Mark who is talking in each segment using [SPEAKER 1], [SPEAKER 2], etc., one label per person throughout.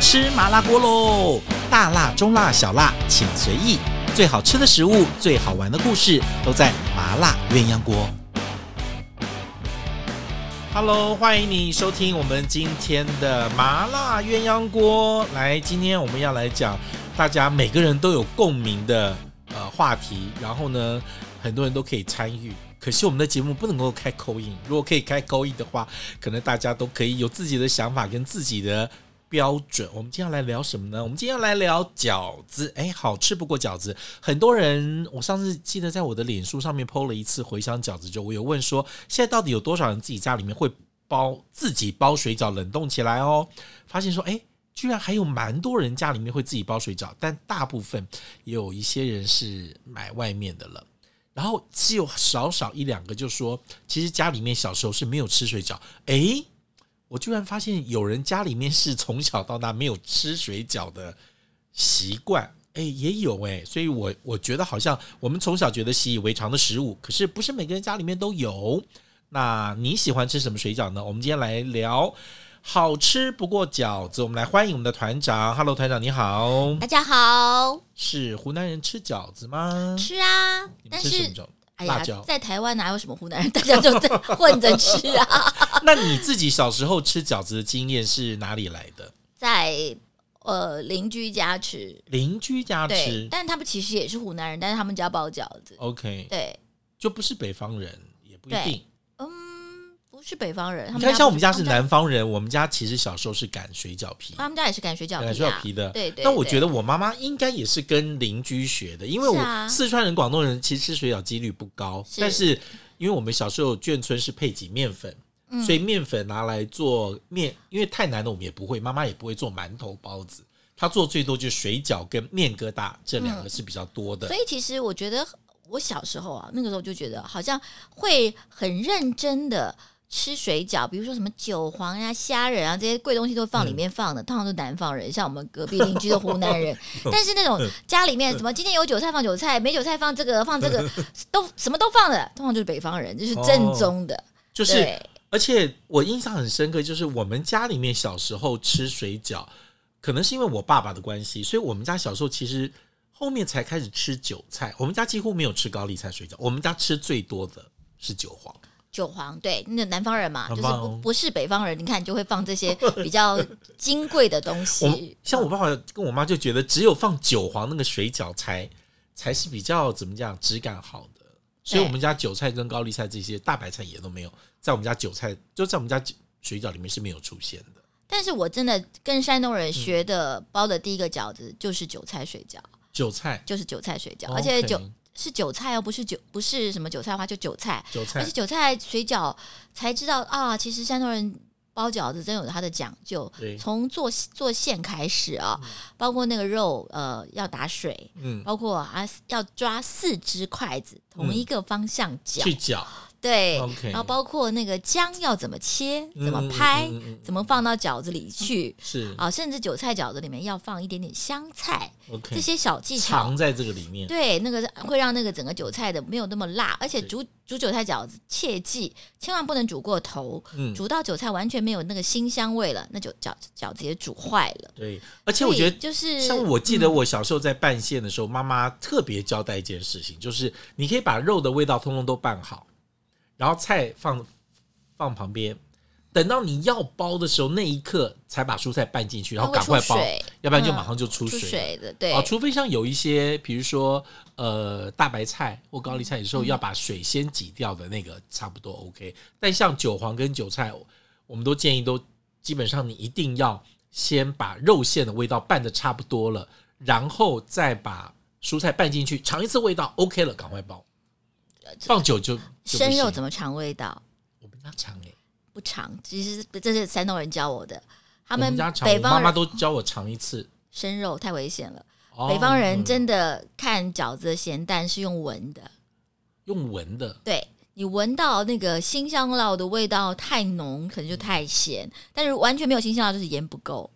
[SPEAKER 1] 吃麻辣锅喽！大辣、中辣、小辣，请随意。最好吃的食物，最好玩的故事，都在麻辣鸳鸯锅。Hello，欢迎你收听我们今天的麻辣鸳鸯锅。来，今天我们要来讲大家每个人都有共鸣的呃话题，然后呢，很多人都可以参与。可惜我们的节目不能够开口音，如果可以开口音的话，可能大家都可以有自己的想法跟自己的标准。我们今天要来聊什么呢？我们今天要来聊饺子。哎，好吃不过饺子，很多人我上次记得在我的脸书上面 PO 了一次回想饺子就我有问说，现在到底有多少人自己家里面会包自己包水饺冷冻起来哦？发现说，哎。居然还有蛮多人家里面会自己包水饺，但大部分也有一些人是买外面的了。然后只有少少一两个就说，其实家里面小时候是没有吃水饺。诶，我居然发现有人家里面是从小到大没有吃水饺的习惯。诶，也有诶，所以我我觉得好像我们从小觉得习以为常的食物，可是不是每个人家里面都有。那你喜欢吃什么水饺呢？我们今天来聊好吃不过饺子。我们来欢迎我们的团长，Hello，团长你好，
[SPEAKER 2] 大家好，
[SPEAKER 1] 是湖南人吃饺子吗？
[SPEAKER 2] 吃啊！
[SPEAKER 1] 你们
[SPEAKER 2] 但
[SPEAKER 1] 吃什么
[SPEAKER 2] 是
[SPEAKER 1] 饺子？
[SPEAKER 2] 哎
[SPEAKER 1] 辣
[SPEAKER 2] 呀
[SPEAKER 1] 椒，
[SPEAKER 2] 在台湾哪有什么湖南人，大家就在混着吃 啊。
[SPEAKER 1] 那你自己小时候吃饺子的经验是哪里来的？
[SPEAKER 2] 在呃邻居家吃，
[SPEAKER 1] 邻居家
[SPEAKER 2] 对
[SPEAKER 1] 吃，
[SPEAKER 2] 但他们其实也是湖南人，但是他们家包饺子，
[SPEAKER 1] ，OK，
[SPEAKER 2] 对，
[SPEAKER 1] 就不是北方人，也不一
[SPEAKER 2] 对
[SPEAKER 1] 定。
[SPEAKER 2] 嗯，不是北方人，
[SPEAKER 1] 你
[SPEAKER 2] 他们
[SPEAKER 1] 看，
[SPEAKER 2] 家
[SPEAKER 1] 像
[SPEAKER 2] 不
[SPEAKER 1] 我们家
[SPEAKER 2] 他
[SPEAKER 1] 是南方人，我们家其实小时候是擀水饺皮，
[SPEAKER 2] 他们家也是擀水饺
[SPEAKER 1] 擀
[SPEAKER 2] 皮
[SPEAKER 1] 水
[SPEAKER 2] 啊
[SPEAKER 1] 饺，皮的。
[SPEAKER 2] 对对。
[SPEAKER 1] 那我
[SPEAKER 2] 对
[SPEAKER 1] 觉得我妈妈应该也是跟邻居学的，因为
[SPEAKER 2] 是
[SPEAKER 1] 我
[SPEAKER 2] 啊
[SPEAKER 1] 四川人、广东人其实吃水饺几率不高，
[SPEAKER 2] 是
[SPEAKER 1] 但是因为我们小时候眷村是配给面粉，
[SPEAKER 2] 嗯
[SPEAKER 1] 所以面粉拿来做面，因为太难了我们也不会，妈妈也不会做馒头、包子，她做最多就是水饺跟面疙瘩这两个是比较多的。。
[SPEAKER 2] 嗯所以其实我觉得，我小时候啊，那个时候就觉得好像会很认真的吃水饺，比如说什么韭黄呀、虾仁啊这些贵东西都放里面放的，通常都是南方人，像我们隔壁邻居的湖南人
[SPEAKER 1] 有
[SPEAKER 2] 但是那种
[SPEAKER 1] 嗯
[SPEAKER 2] 家里面什么今天有韭菜放韭菜，没韭菜放这个放这个，
[SPEAKER 1] 嗯
[SPEAKER 2] 都什么都放的，通常就是北方人，就是正宗的。
[SPEAKER 1] 哦就是
[SPEAKER 2] 对，
[SPEAKER 1] 而且我印象很深刻，就是我们家里面小时候吃水饺，可能是因为我爸爸的关系，所以我们家小时候其实后面才开始吃韭菜。我们家几乎没有吃高丽菜水饺，我们家吃最多的是韭黄。
[SPEAKER 2] 韭黄对，那南方人嘛，
[SPEAKER 1] 很
[SPEAKER 2] 就是
[SPEAKER 1] 棒
[SPEAKER 2] 不
[SPEAKER 1] 哦
[SPEAKER 2] 不是北方人，你看就会放这 些比较金贵的东
[SPEAKER 1] 我
[SPEAKER 2] 西。
[SPEAKER 1] 像我爸爸跟我妈就觉得，只有放韭黄那个水饺才才是比较怎么讲质感好的。所以我们家韭菜跟高丽菜这些大白菜也都没有，在我们家韭菜就在我们家水饺里面是没有出现的。
[SPEAKER 2] 但是我真的跟山东
[SPEAKER 1] 嗯
[SPEAKER 2] 人学的包的第一个饺子就是韭菜水饺，
[SPEAKER 1] 韭菜，
[SPEAKER 2] 就是韭菜水饺，而且
[SPEAKER 1] 哦 OK，
[SPEAKER 2] 韭是韭菜哦，不是韭不是什么韭菜花，就韭菜，
[SPEAKER 1] 韭
[SPEAKER 2] 而
[SPEAKER 1] 菜
[SPEAKER 2] 且，韭菜水饺才知道啊，其实山东人。包饺子真有它的讲究
[SPEAKER 1] 对，
[SPEAKER 2] 从做做馅开始啊，包括那个肉呃要打水，
[SPEAKER 1] 嗯，
[SPEAKER 2] 包括啊要抓四只筷子同一个方向搅，
[SPEAKER 1] 去搅。
[SPEAKER 2] 对
[SPEAKER 1] 嗯 OK
[SPEAKER 2] 然后包括那个姜要怎么切、怎
[SPEAKER 1] 嗯
[SPEAKER 2] 么
[SPEAKER 1] 嗯
[SPEAKER 2] 拍、
[SPEAKER 1] 嗯嗯嗯嗯
[SPEAKER 2] 怎么放到饺子里去，
[SPEAKER 1] 是
[SPEAKER 2] 啊，甚至韭菜饺子里面要放一点点香菜，
[SPEAKER 1] OK，
[SPEAKER 2] 这些小技巧
[SPEAKER 1] 藏，在这个里面。
[SPEAKER 2] 对，那个会让那个整个韭菜的没有那么辣，而且
[SPEAKER 1] 对
[SPEAKER 2] 煮煮韭菜饺子切记千万不能煮过头，
[SPEAKER 1] 嗯，
[SPEAKER 2] 煮到韭菜完全没有那个辛香味了，那就饺饺子也煮坏了。
[SPEAKER 1] 对。而且我觉
[SPEAKER 2] 所以
[SPEAKER 1] 得，
[SPEAKER 2] 就是嗯
[SPEAKER 1] 像我记得我小时候在拌馅的时候，妈妈特别交代一件事情，就是你可以把肉的味道通通都拌好，然后菜放放旁边。等到你要包的时候，那一刻才把蔬菜拌进去，然后
[SPEAKER 2] 它
[SPEAKER 1] 赶快
[SPEAKER 2] 会出
[SPEAKER 1] 包，
[SPEAKER 2] 水
[SPEAKER 1] 要不然就
[SPEAKER 2] 嗯
[SPEAKER 1] 马上就出
[SPEAKER 2] 出
[SPEAKER 1] 水了。
[SPEAKER 2] 水的，对
[SPEAKER 1] 啊，，除非像有一些，比如说呃大白菜或高丽菜，有时候要把水先挤掉的那个，差不多 OK。但像韭黄跟韭菜，我我们都建议都基本上你一定要先把肉馅的味道拌的差不多了，然后再把蔬菜拌进去，尝一次味道 OK 了，赶快包。放久就就
[SPEAKER 2] 呃生肉怎
[SPEAKER 1] 么？
[SPEAKER 2] 么尝味道？
[SPEAKER 1] 我们家尝哎、
[SPEAKER 2] 不尝，其实这是山东人教我的，他
[SPEAKER 1] 我
[SPEAKER 2] 们
[SPEAKER 1] 们家尝，
[SPEAKER 2] 北
[SPEAKER 1] 我妈
[SPEAKER 2] 方
[SPEAKER 1] 妈
[SPEAKER 2] 人
[SPEAKER 1] 都教我尝一次。
[SPEAKER 2] 生肉太危险了，
[SPEAKER 1] 哦
[SPEAKER 2] 北方人
[SPEAKER 1] 嗯
[SPEAKER 2] 真的看饺子的咸淡是用闻的。
[SPEAKER 1] 用闻的，
[SPEAKER 2] 对你闻到那个辛香料的味道太浓，可能就太咸；但是完全没有辛香料，就是盐不够，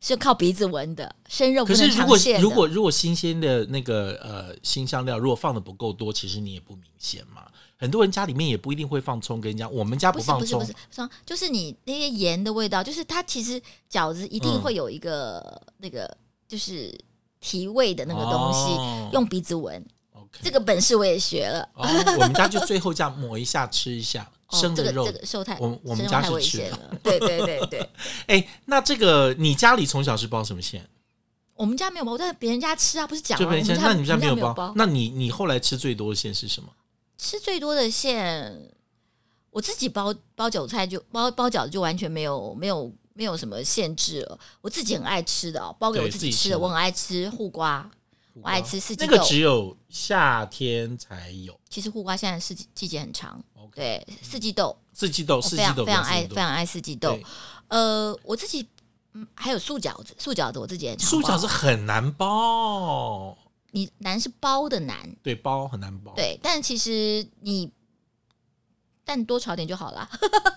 [SPEAKER 2] 是靠鼻子闻的。生肉不
[SPEAKER 1] 可是
[SPEAKER 2] 能
[SPEAKER 1] 如
[SPEAKER 2] 尝
[SPEAKER 1] 果
[SPEAKER 2] 鲜的。
[SPEAKER 1] 如果如果新鲜的那个呃新香料，如果放的不够多，其实你也不明显嘛。很多人家里面也不一定会放葱，跟你讲，我们家
[SPEAKER 2] 不是
[SPEAKER 1] 放
[SPEAKER 2] 不是
[SPEAKER 1] 葱
[SPEAKER 2] 不是，葱，就是你那些盐的味道，就是它其实饺子一定
[SPEAKER 1] 嗯
[SPEAKER 2] 会有一个、那个就是提味的那个东西，
[SPEAKER 1] 哦
[SPEAKER 2] 用鼻子闻，
[SPEAKER 1] OK
[SPEAKER 2] 这个本事我也学了。
[SPEAKER 1] 哦，我们家就最后这样抹一下吃一下
[SPEAKER 2] 哦
[SPEAKER 1] 生
[SPEAKER 2] 这
[SPEAKER 1] 的
[SPEAKER 2] 个
[SPEAKER 1] 肉。
[SPEAKER 2] 这个瘦太，
[SPEAKER 1] 我们我们
[SPEAKER 2] 生肉
[SPEAKER 1] 家
[SPEAKER 2] 太
[SPEAKER 1] 是
[SPEAKER 2] 危
[SPEAKER 1] 吃
[SPEAKER 2] 险了。对对对对，
[SPEAKER 1] 哎、那这个你家里从小是包什么馅？
[SPEAKER 2] 我们家没有包，但别人家吃啊，不是讲
[SPEAKER 1] 就
[SPEAKER 2] 吗？
[SPEAKER 1] 本
[SPEAKER 2] 我
[SPEAKER 1] 馅。
[SPEAKER 2] 们
[SPEAKER 1] 那你们
[SPEAKER 2] 我
[SPEAKER 1] 家
[SPEAKER 2] 们
[SPEAKER 1] 没
[SPEAKER 2] 没
[SPEAKER 1] 有
[SPEAKER 2] 包？
[SPEAKER 1] 包？那你你后来吃最多的馅是什么？
[SPEAKER 2] 吃最多的馅，我自己包包韭菜就包包饺子就完全没有没有没有什么限制了。我自己很爱吃的、哦，包给
[SPEAKER 1] 对
[SPEAKER 2] 我自
[SPEAKER 1] 自
[SPEAKER 2] 己
[SPEAKER 1] 己
[SPEAKER 2] 吃
[SPEAKER 1] 吃
[SPEAKER 2] 的，
[SPEAKER 1] 的
[SPEAKER 2] 我很爱吃护瓜，我爱吃四季
[SPEAKER 1] 那
[SPEAKER 2] 豆。
[SPEAKER 1] 个只有夏天才有。
[SPEAKER 2] 其实护瓜现在是季季节很长，
[SPEAKER 1] OK，
[SPEAKER 2] 对，四季豆，
[SPEAKER 1] 四季豆，
[SPEAKER 2] 我
[SPEAKER 1] 四季
[SPEAKER 2] 非常
[SPEAKER 1] 豆
[SPEAKER 2] 非常爱非常爱四季豆
[SPEAKER 1] 对。
[SPEAKER 2] 呃，我自己嗯，还有素饺子，素饺子我自己也很常
[SPEAKER 1] 素饺
[SPEAKER 2] 包
[SPEAKER 1] 子很难包，
[SPEAKER 2] 你难是包的难，
[SPEAKER 1] 对，包很难包。，
[SPEAKER 2] 对，但其实你但多炒点就好啦。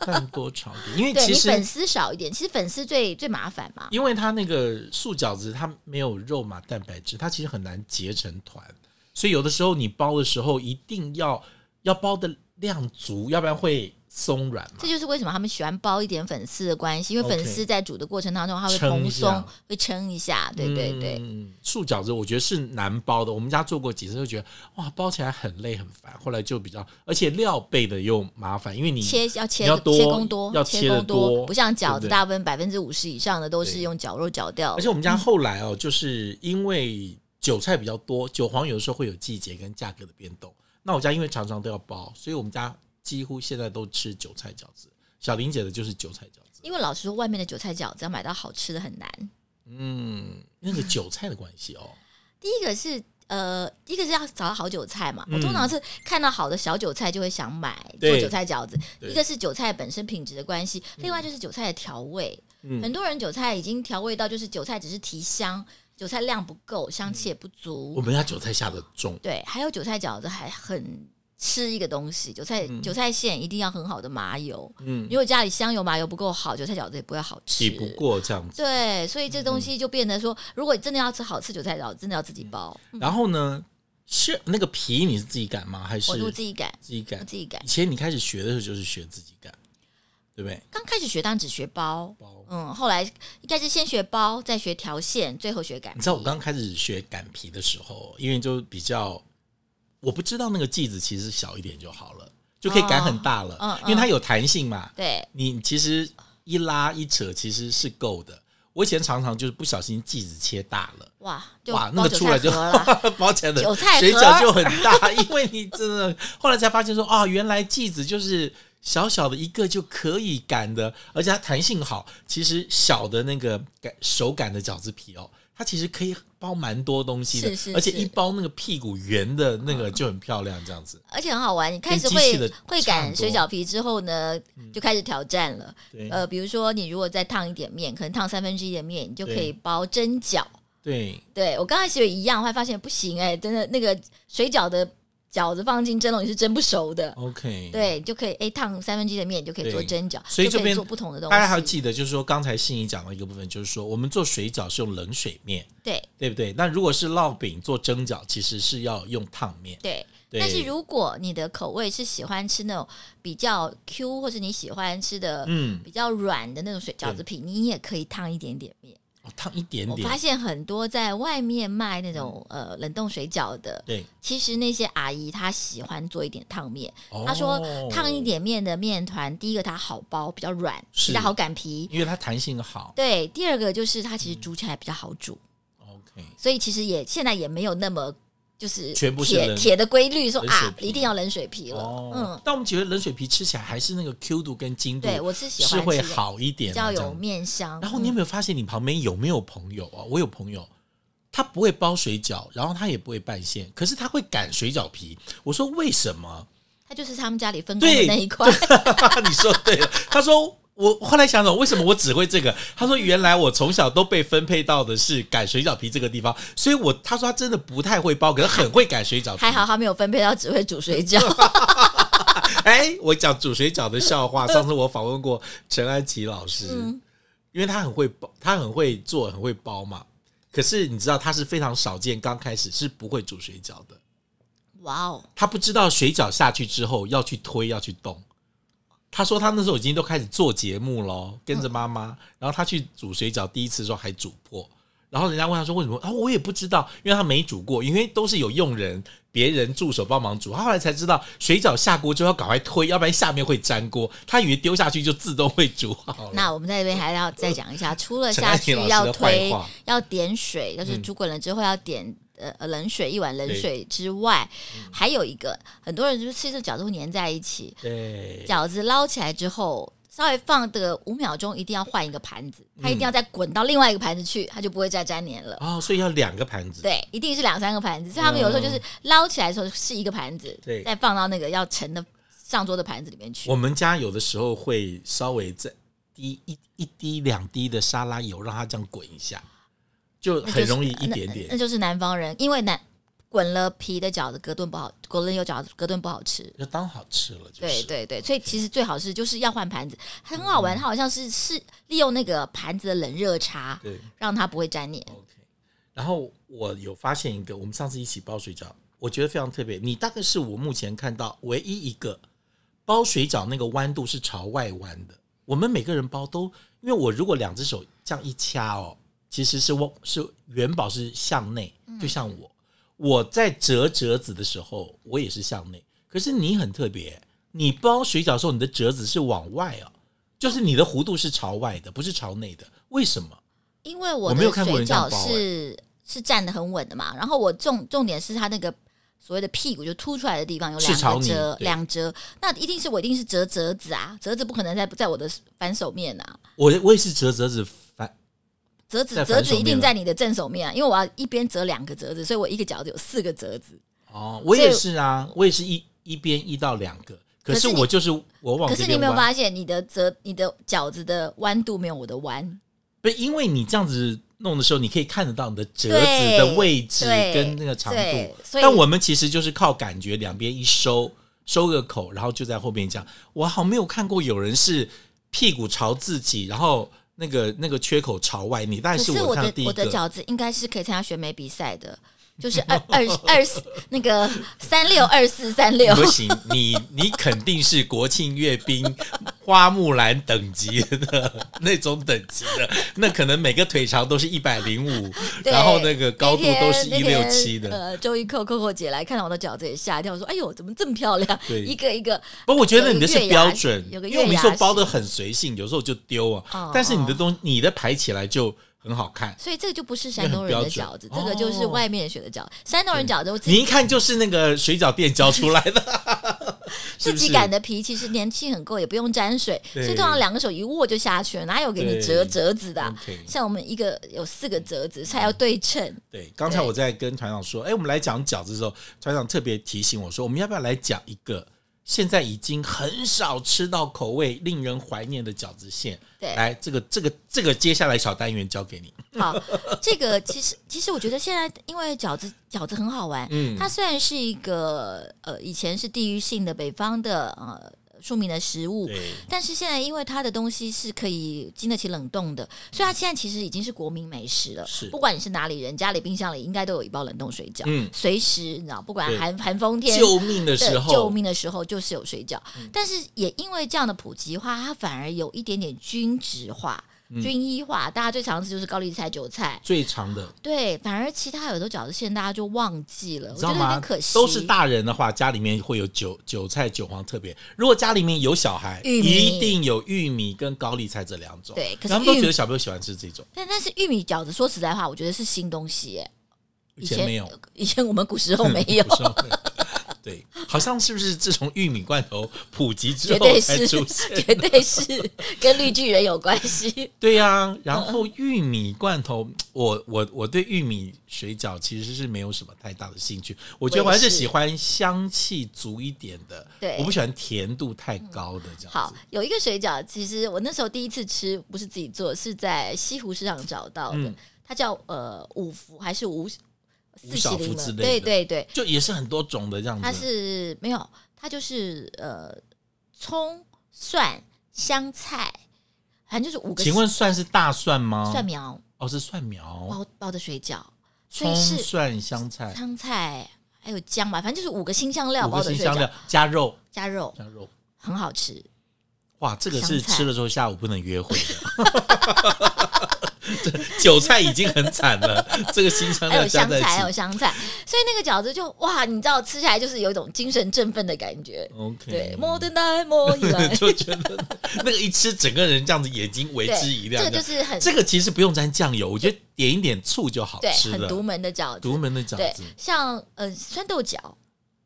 [SPEAKER 1] 但多炒点，因为
[SPEAKER 2] 对
[SPEAKER 1] 哎其
[SPEAKER 2] 你
[SPEAKER 1] 实
[SPEAKER 2] 粉丝少一点，其实粉丝最最麻烦嘛。
[SPEAKER 1] 因为它那个素饺子它没有肉嘛，蛋白质它其实很难结成团，所以有的时候你包的时候一定要要包的量足，要不然会松软嘛
[SPEAKER 2] 这。就是为什么他们喜欢包一点粉丝的关系，因为
[SPEAKER 1] OK
[SPEAKER 2] 粉丝在煮的过程当中，它会
[SPEAKER 1] 撑一
[SPEAKER 2] 蓬
[SPEAKER 1] 下
[SPEAKER 2] 松，会撑一下。对对对，
[SPEAKER 1] 嗯，素饺子我觉得是难包的，我们家做过几次就觉得哇，包起来很累很烦，后来就比较，而且料备的又麻烦，因为你
[SPEAKER 2] 切要切
[SPEAKER 1] 嗯你要多
[SPEAKER 2] 切工多，
[SPEAKER 1] 要
[SPEAKER 2] 切
[SPEAKER 1] 切得
[SPEAKER 2] 工
[SPEAKER 1] 多
[SPEAKER 2] 不像饺
[SPEAKER 1] 对不
[SPEAKER 2] 子，
[SPEAKER 1] 对
[SPEAKER 2] 大部分百分之五十以上的都是
[SPEAKER 1] 对
[SPEAKER 2] 用绞肉绞掉
[SPEAKER 1] 而
[SPEAKER 2] 的
[SPEAKER 1] 且。我们家后来哦，就是因为韭菜比较多，韭黄有的时候会有季节跟价格的变动。那我家因为常常都要包，所以我们家几乎现在都吃韭菜饺子。小玲姐的就是韭菜饺子，
[SPEAKER 2] 因为老实说，外面的韭菜饺子要买到好吃的很难。
[SPEAKER 1] 嗯，那个韭菜的关系哦，
[SPEAKER 2] 第一个是呃，第一个是要找到好韭菜嘛。
[SPEAKER 1] 嗯
[SPEAKER 2] 我通常是看到好的小韭菜就会想买做
[SPEAKER 1] 对
[SPEAKER 2] 韭菜饺子。
[SPEAKER 1] 对
[SPEAKER 2] 一个是韭菜本身品质的关系，另外就是韭菜的调味。很
[SPEAKER 1] 嗯，
[SPEAKER 2] 多人韭菜已经调味到就是韭菜只是提香，韭菜量不够，香气也不
[SPEAKER 1] 我
[SPEAKER 2] 足。
[SPEAKER 1] 们家韭菜下的重，
[SPEAKER 2] 对，还有韭菜饺子还很吃一个东西，韭菜、
[SPEAKER 1] 嗯
[SPEAKER 2] 韭菜馅一定要很好的麻油。
[SPEAKER 1] 嗯，
[SPEAKER 2] 如果家里香油麻油不够好，韭菜饺子也不会好吃。
[SPEAKER 1] 抵不过这样子。
[SPEAKER 2] 对，所以这东西就变得说，如果真的要吃好吃韭菜饺子，真的要自己包。
[SPEAKER 1] 然后呢，是那个皮你是自己擀吗？还是
[SPEAKER 2] 我我自己擀，
[SPEAKER 1] 自己
[SPEAKER 2] 我
[SPEAKER 1] 擀？
[SPEAKER 2] 自己擀
[SPEAKER 1] 以。前你开始学的时候就是学自己擀，对不对？
[SPEAKER 2] 刚开始学当然只学包，
[SPEAKER 1] 包
[SPEAKER 2] 嗯，后来应该是先学包，再学调线，最后学擀
[SPEAKER 1] 你。知道我刚开始学擀皮的时候，因为就比较，我不知道那个剂子其实小一点就好了，就可以擀很大了，
[SPEAKER 2] 嗯
[SPEAKER 1] 因
[SPEAKER 2] 嗯
[SPEAKER 1] 为它有弹性嘛。
[SPEAKER 2] 对，
[SPEAKER 1] 你其实一拉一扯其实是够的。我以前常常就是不小心剂子切大了。
[SPEAKER 2] 哇，就
[SPEAKER 1] 哇，那
[SPEAKER 2] 包
[SPEAKER 1] 个
[SPEAKER 2] 韭
[SPEAKER 1] 出来
[SPEAKER 2] 菜
[SPEAKER 1] 就
[SPEAKER 2] 盒了。
[SPEAKER 1] 包起来的
[SPEAKER 2] 韭菜盒
[SPEAKER 1] 水饺就很 大，因为你真的后来才发现说啊，原来剂子就是小小的一个就可以擀的，而且它弹性好。其实小的那个擀手擀的饺子皮哦，它其实可以包蛮多东西的，
[SPEAKER 2] 是是
[SPEAKER 1] 而且
[SPEAKER 2] 是
[SPEAKER 1] 一包那个屁股圆的那个就很漂亮，这样子。
[SPEAKER 2] 而且很好玩，你开始
[SPEAKER 1] 跟机器
[SPEAKER 2] 会
[SPEAKER 1] 的
[SPEAKER 2] 会
[SPEAKER 1] 差
[SPEAKER 2] 擀
[SPEAKER 1] 很多嗯
[SPEAKER 2] 水饺皮之后呢，就开始挑战了。
[SPEAKER 1] 对
[SPEAKER 2] 呃，比如说你如果再烫一点面，可能烫三分之一的面，你就可以
[SPEAKER 1] 对
[SPEAKER 2] 包蒸饺。
[SPEAKER 1] 对，
[SPEAKER 2] 对我刚开始也一样，后来发现不行哎、真的那个水饺的饺子放进蒸笼也是蒸不熟的。
[SPEAKER 1] OK，。
[SPEAKER 2] 对，你就可以哎烫三分之一的面，你就可以做
[SPEAKER 1] 嗯对
[SPEAKER 2] 蒸饺，
[SPEAKER 1] 所以
[SPEAKER 2] 就
[SPEAKER 1] 这
[SPEAKER 2] 可以
[SPEAKER 1] 边
[SPEAKER 2] 做不同的东西。
[SPEAKER 1] 大家还要记得，就是说刚才信怡讲到一个部分，就是说我们做水饺是用冷水面，
[SPEAKER 2] 对
[SPEAKER 1] 对不对？那如果是烙饼做蒸饺，其实是要用烫面。
[SPEAKER 2] 对，
[SPEAKER 1] 对
[SPEAKER 2] 但是如果你的口味是喜欢吃那种比较 Q，或是你喜欢吃的
[SPEAKER 1] 嗯，
[SPEAKER 2] 比较软的那种水饺子皮，你也可以烫一点点面。
[SPEAKER 1] 哦，烫一点
[SPEAKER 2] 我
[SPEAKER 1] 点嗯
[SPEAKER 2] 发，现很多在外面卖那种呃冷冻水饺的，
[SPEAKER 1] 对，
[SPEAKER 2] 其实那些阿姨她喜欢做一点烫面。
[SPEAKER 1] 哦
[SPEAKER 2] 她说烫一，点面的面团，第一个它好包，比较软，
[SPEAKER 1] 是
[SPEAKER 2] 比较好擀皮。
[SPEAKER 1] 因为它弹性好。
[SPEAKER 2] 对，第二个就是它其实煮起来比较好煮。
[SPEAKER 1] 嗯 OK，
[SPEAKER 2] 所以其实也现在也没有那么就是
[SPEAKER 1] 全部是
[SPEAKER 2] 铁
[SPEAKER 1] 冷
[SPEAKER 2] 铁的规律说
[SPEAKER 1] 冷水
[SPEAKER 2] 啊，
[SPEAKER 1] 皮
[SPEAKER 2] 一定要冷水皮了。
[SPEAKER 1] 哦，
[SPEAKER 2] 嗯，
[SPEAKER 1] 但我们觉得冷水皮吃起来还是那个 Q 度跟筋度
[SPEAKER 2] 对我是喜
[SPEAKER 1] 是
[SPEAKER 2] 欢
[SPEAKER 1] 会
[SPEAKER 2] 吃的
[SPEAKER 1] 好一点
[SPEAKER 2] 比
[SPEAKER 1] 啊，
[SPEAKER 2] 较
[SPEAKER 1] 这
[SPEAKER 2] 有
[SPEAKER 1] 样。
[SPEAKER 2] 面香。嗯
[SPEAKER 1] 然后你有没有发现你旁边有没有朋友啊？我有朋友。他不会包水饺，然后他也不会拌馅，可是他会擀水饺皮。我说为什么？
[SPEAKER 2] 它就是他们家里分工的
[SPEAKER 1] 对
[SPEAKER 2] 那一 块，
[SPEAKER 1] 你说对了。他说我后来想想，为什么我只会这个？他说原来我从小都被分配到的是擀水饺皮这个地方，所以我他说他真的不太会包，可是很会擀水饺皮。
[SPEAKER 2] 还好他没有分配到只会煮 水饺。
[SPEAKER 1] 哎，我讲煮水饺的笑话，上次我访问过陈安琪老师，
[SPEAKER 2] 嗯
[SPEAKER 1] 因为他很会包，他很会做，很会包嘛。可是你知道他是非常少见，刚开始是不会煮水饺的，
[SPEAKER 2] 哇哦，
[SPEAKER 1] 他不知道水饺下去之后要去推要去动。他说他那时候已经都开始做节目喽，跟着妈妈。然后他去煮水饺，第一次的时候还煮破。然后人家问他说为什么啊？我也不知道，因为他没煮过，因为都是有佣人、别人助手帮忙煮。他后来才知道，水饺下锅就要赶快推，要不然下面会粘锅。他以为丢下去就自动会煮好了。
[SPEAKER 2] 那我们在这边还要再讲一下，除了
[SPEAKER 1] 陈
[SPEAKER 2] 下
[SPEAKER 1] 爱
[SPEAKER 2] 去
[SPEAKER 1] 婷老师
[SPEAKER 2] 要
[SPEAKER 1] 的坏
[SPEAKER 2] 推
[SPEAKER 1] 话，嗯
[SPEAKER 2] 要点水，就是煮滚了之后要点呃呃冷水一碗冷水之外，
[SPEAKER 1] 嗯
[SPEAKER 2] 还有一个很多人就是吃这饺子会粘在一起，
[SPEAKER 1] 对，
[SPEAKER 2] 饺子捞起来之后。稍微放的五秒钟，一定要换一个盘子，
[SPEAKER 1] 嗯
[SPEAKER 2] 它一定要再滚到另外一个盘子去，它就不会再粘黏了。
[SPEAKER 1] 哦，所以要两个盘子。
[SPEAKER 2] 对，一定是两三个盘子，所以他们有时候就是捞起来的时候是一个盘子，
[SPEAKER 1] 嗯对
[SPEAKER 2] 再放到那个要盛的上桌的盘子里面去。
[SPEAKER 1] 我们家有的时候会稍微再滴一一滴两滴的沙拉油，让它这样滚一下，就
[SPEAKER 2] 那
[SPEAKER 1] 很
[SPEAKER 2] 就是
[SPEAKER 1] 容易一
[SPEAKER 2] 那
[SPEAKER 1] 点
[SPEAKER 2] 那
[SPEAKER 1] 点。
[SPEAKER 2] 就是南方人，因为南滚了皮的饺子隔顿不好，滚了油饺子隔顿不好吃。
[SPEAKER 1] 就当好吃了，就是嗯
[SPEAKER 2] 对对对，所以其实最好是就是要换盘子，很好玩。它好像是是利用那个盘子的冷热差，
[SPEAKER 1] 对
[SPEAKER 2] 让它不会粘黏。
[SPEAKER 1] OK，然后我有发现一个，我们上次一起包水饺，我觉得非常特别。你大概是我目前看到唯一一个包水饺那个弯度是朝外弯的。我们每个人包都，因为我如果两只手这样一掐哦，其实是我是元宝是向内，就像我、我在折折子的时候，我也是向内。可是你很特别，你包水饺的时候，你的折子是往外哦，就是你的弧度是朝外的，不是朝内的。为什么？
[SPEAKER 2] 因为我
[SPEAKER 1] 我
[SPEAKER 2] 的
[SPEAKER 1] 没有
[SPEAKER 2] 水
[SPEAKER 1] 看过人这样
[SPEAKER 2] 饺
[SPEAKER 1] 包欸
[SPEAKER 2] 是是站得很稳的嘛，然后我重重点是它那个所谓的屁股就凸出来的地方有
[SPEAKER 1] 是
[SPEAKER 2] 两
[SPEAKER 1] 朝
[SPEAKER 2] 个
[SPEAKER 1] 你
[SPEAKER 2] 折，
[SPEAKER 1] 对
[SPEAKER 2] 两折，那一定是我一定是折折子啊，折子不可能在在我的反手面啊，
[SPEAKER 1] 我我也是折折子反
[SPEAKER 2] 折子
[SPEAKER 1] 在
[SPEAKER 2] 折
[SPEAKER 1] 反
[SPEAKER 2] 子
[SPEAKER 1] 手
[SPEAKER 2] 一
[SPEAKER 1] 面
[SPEAKER 2] 定
[SPEAKER 1] 了
[SPEAKER 2] 在你的正手面啊，因为我要一边折两个折子，所以我一个饺子有四个折子。
[SPEAKER 1] 哦，我也是啊，我也是一一边一到两个，可
[SPEAKER 2] 可
[SPEAKER 1] 是
[SPEAKER 2] 是你
[SPEAKER 1] 我就是我往
[SPEAKER 2] 可
[SPEAKER 1] 这
[SPEAKER 2] 是你有
[SPEAKER 1] 边
[SPEAKER 2] 没有
[SPEAKER 1] 弯，
[SPEAKER 2] 发现你的折你的饺子的弯度没有我的弯？
[SPEAKER 1] 不是因为你这样子弄的时候，你可以看得到你的折子
[SPEAKER 2] 对
[SPEAKER 1] 的位置
[SPEAKER 2] 对
[SPEAKER 1] 跟那个长
[SPEAKER 2] 对
[SPEAKER 1] 度，
[SPEAKER 2] 所以
[SPEAKER 1] 但我们其实就是靠感觉，两边一收收个口，然后就在后面讲，我好没有看过有人是屁股朝自己，然后那个那个缺口朝外，你大概
[SPEAKER 2] 可是
[SPEAKER 1] 我
[SPEAKER 2] 我
[SPEAKER 1] 看到第
[SPEAKER 2] 的
[SPEAKER 1] 一
[SPEAKER 2] 我的
[SPEAKER 1] 个。
[SPEAKER 2] 饺子应该是可以参加选美比赛的，就是二二二四那个三六二四三六。
[SPEAKER 1] 不行，你你肯定是国庆阅兵、花木兰等级的 那种等级的，那可能每个腿长都是一百零五，
[SPEAKER 2] 对
[SPEAKER 1] 然后那个高度都是
[SPEAKER 2] 那
[SPEAKER 1] 一
[SPEAKER 2] 天
[SPEAKER 1] 六
[SPEAKER 2] 那
[SPEAKER 1] 七
[SPEAKER 2] 天
[SPEAKER 1] 的。
[SPEAKER 2] 呃，周一扣扣扣姐来看到我的饺子也吓一跳，说：“哎呦，怎么这么漂亮？
[SPEAKER 1] 对
[SPEAKER 2] 一个一个。
[SPEAKER 1] 不，我觉得你的是
[SPEAKER 2] 有个月牙
[SPEAKER 1] 标准，
[SPEAKER 2] 有个
[SPEAKER 1] 因为我们
[SPEAKER 2] 月牙
[SPEAKER 1] 说包的很随性，有时候就丢啊
[SPEAKER 2] 哦。
[SPEAKER 1] 但是你的东，你的排起来就很好看”。
[SPEAKER 2] 所以这个就不是山东人的饺子，
[SPEAKER 1] 那
[SPEAKER 2] 这
[SPEAKER 1] 很标准哦
[SPEAKER 2] 个就是外面学的饺子。山东人饺子，我自
[SPEAKER 1] 你
[SPEAKER 2] 己
[SPEAKER 1] 一看就是那个水饺店教出来的， 是
[SPEAKER 2] 自
[SPEAKER 1] 不
[SPEAKER 2] 己
[SPEAKER 1] 是？
[SPEAKER 2] 擀的皮，其实粘性很够，也不用沾水，所
[SPEAKER 1] 对
[SPEAKER 2] 以通常两个手一握就下去了，哪有给你
[SPEAKER 1] 对
[SPEAKER 2] 折折子的啊、
[SPEAKER 1] OK
[SPEAKER 2] 像我们一个有四个折子，才要对称。
[SPEAKER 1] 对，刚才
[SPEAKER 2] 对
[SPEAKER 1] 我在跟团长说，哎，我们来讲饺子的时候，团长特别提醒我说，我们要不要来讲一个现在已经很少吃到口味令人怀念的饺子馅？
[SPEAKER 2] 对
[SPEAKER 1] 来，这个这个这个接下来小单元交给你。
[SPEAKER 2] 好，这个其实其实我觉得现在因为饺子饺子很好玩，
[SPEAKER 1] 嗯
[SPEAKER 2] 它虽然是一个呃以前是地域性的北方的呃庶民的食物，
[SPEAKER 1] 对，
[SPEAKER 2] 但是现在因为它的东西是可以经得起冷冻的，所以它现在其实已经是国民美食了。
[SPEAKER 1] 是
[SPEAKER 2] 不管你是哪里人，家里冰箱里应该都有一包冷冻水饺，
[SPEAKER 1] 嗯
[SPEAKER 2] 随时你知道，不管
[SPEAKER 1] 对
[SPEAKER 2] 寒寒风天。
[SPEAKER 1] 救命的
[SPEAKER 2] 对
[SPEAKER 1] 时候，嗯
[SPEAKER 2] 救命的时候就是有水饺，但是也因为这样的普及化，它反而有一点点均质化、
[SPEAKER 1] 嗯
[SPEAKER 2] 均一化。大家最常吃就是高丽菜、韭菜，
[SPEAKER 1] 最长的，
[SPEAKER 2] 对，反而其他有的饺子馅大家就忘记了，
[SPEAKER 1] 你
[SPEAKER 2] 我
[SPEAKER 1] 知
[SPEAKER 2] 觉
[SPEAKER 1] 道
[SPEAKER 2] 得有
[SPEAKER 1] 吗
[SPEAKER 2] 点可惜。？
[SPEAKER 1] 都是大人的话，家里面会有韭韭菜、韭黄特别。如果家里面有小孩，
[SPEAKER 2] 玉米
[SPEAKER 1] 一定有玉米跟高丽菜这两种。
[SPEAKER 2] 对可是
[SPEAKER 1] 他们都
[SPEAKER 2] 玉
[SPEAKER 1] 觉得小朋友喜欢吃这种，
[SPEAKER 2] 但但是玉米饺子，说实在话，我觉得是新东西耶。
[SPEAKER 1] 以前没有。
[SPEAKER 2] 以前我们 古时候没有，
[SPEAKER 1] 不是吗对，好像是不是自从玉米罐头普及之
[SPEAKER 2] 绝
[SPEAKER 1] 后
[SPEAKER 2] 对
[SPEAKER 1] 才
[SPEAKER 2] 是，
[SPEAKER 1] 出现？
[SPEAKER 2] 绝对是跟绿巨人有关系。
[SPEAKER 1] 对呀、然后玉米罐头，我我我对玉米水饺其实是没有什么太大的兴趣，我觉得我
[SPEAKER 2] 我也
[SPEAKER 1] 还是
[SPEAKER 2] 是
[SPEAKER 1] 喜欢香气足一点的，
[SPEAKER 2] 对
[SPEAKER 1] 我不喜欢甜度太高的这样子。
[SPEAKER 2] 好，有一个水饺，其实我那时候第一次吃不是自己做，是在西湖市场找到的，
[SPEAKER 1] 嗯
[SPEAKER 2] 它叫呃五福还是五
[SPEAKER 1] 五
[SPEAKER 2] 四
[SPEAKER 1] 小
[SPEAKER 2] 喜
[SPEAKER 1] 福
[SPEAKER 2] 零
[SPEAKER 1] 之
[SPEAKER 2] 了？
[SPEAKER 1] 类的嗯
[SPEAKER 2] 对对对，
[SPEAKER 1] 就也是很多种的这样
[SPEAKER 2] 它
[SPEAKER 1] 子。
[SPEAKER 2] 是没有，它就是呃葱蒜香菜，反正就是五个
[SPEAKER 1] 请问蒜是大蒜吗？
[SPEAKER 2] 蒜苗
[SPEAKER 1] 哦，是蒜苗，
[SPEAKER 2] 包包的水饺，所以
[SPEAKER 1] 葱
[SPEAKER 2] 是
[SPEAKER 1] 蒜香菜，
[SPEAKER 2] 香菜。哎、还有姜吧，反正就是五个新香料
[SPEAKER 1] 五
[SPEAKER 2] 包
[SPEAKER 1] 个
[SPEAKER 2] 的
[SPEAKER 1] 新
[SPEAKER 2] 水
[SPEAKER 1] 香
[SPEAKER 2] 饺
[SPEAKER 1] 料加肉，
[SPEAKER 2] 加肉，
[SPEAKER 1] 加肉，
[SPEAKER 2] 很好吃。
[SPEAKER 1] 哇，这个是
[SPEAKER 2] 香菜
[SPEAKER 1] 吃了之后下午不能约会的。 这韭菜已经很惨了，这个新香
[SPEAKER 2] 还
[SPEAKER 1] 料
[SPEAKER 2] 有
[SPEAKER 1] 加
[SPEAKER 2] 香
[SPEAKER 1] 在
[SPEAKER 2] 菜，还有
[SPEAKER 1] 一起
[SPEAKER 2] 香菜，所以那个饺子就哇，你知道吃起来就是有一种精神振奋的感觉。
[SPEAKER 1] ，OK，，
[SPEAKER 2] 对，摸得来摸一来
[SPEAKER 1] 就觉得那个一吃，整个人这样子眼睛为
[SPEAKER 2] 对
[SPEAKER 1] 之一，亮
[SPEAKER 2] 这个
[SPEAKER 1] 的。
[SPEAKER 2] 就是很
[SPEAKER 1] 这个其实不用沾酱油，我觉得点一点醋就好
[SPEAKER 2] 对
[SPEAKER 1] 吃
[SPEAKER 2] 很
[SPEAKER 1] 了。
[SPEAKER 2] 独门的饺
[SPEAKER 1] 独
[SPEAKER 2] 子。
[SPEAKER 1] 门的饺
[SPEAKER 2] 对
[SPEAKER 1] 子，，
[SPEAKER 2] 像呃酸豆角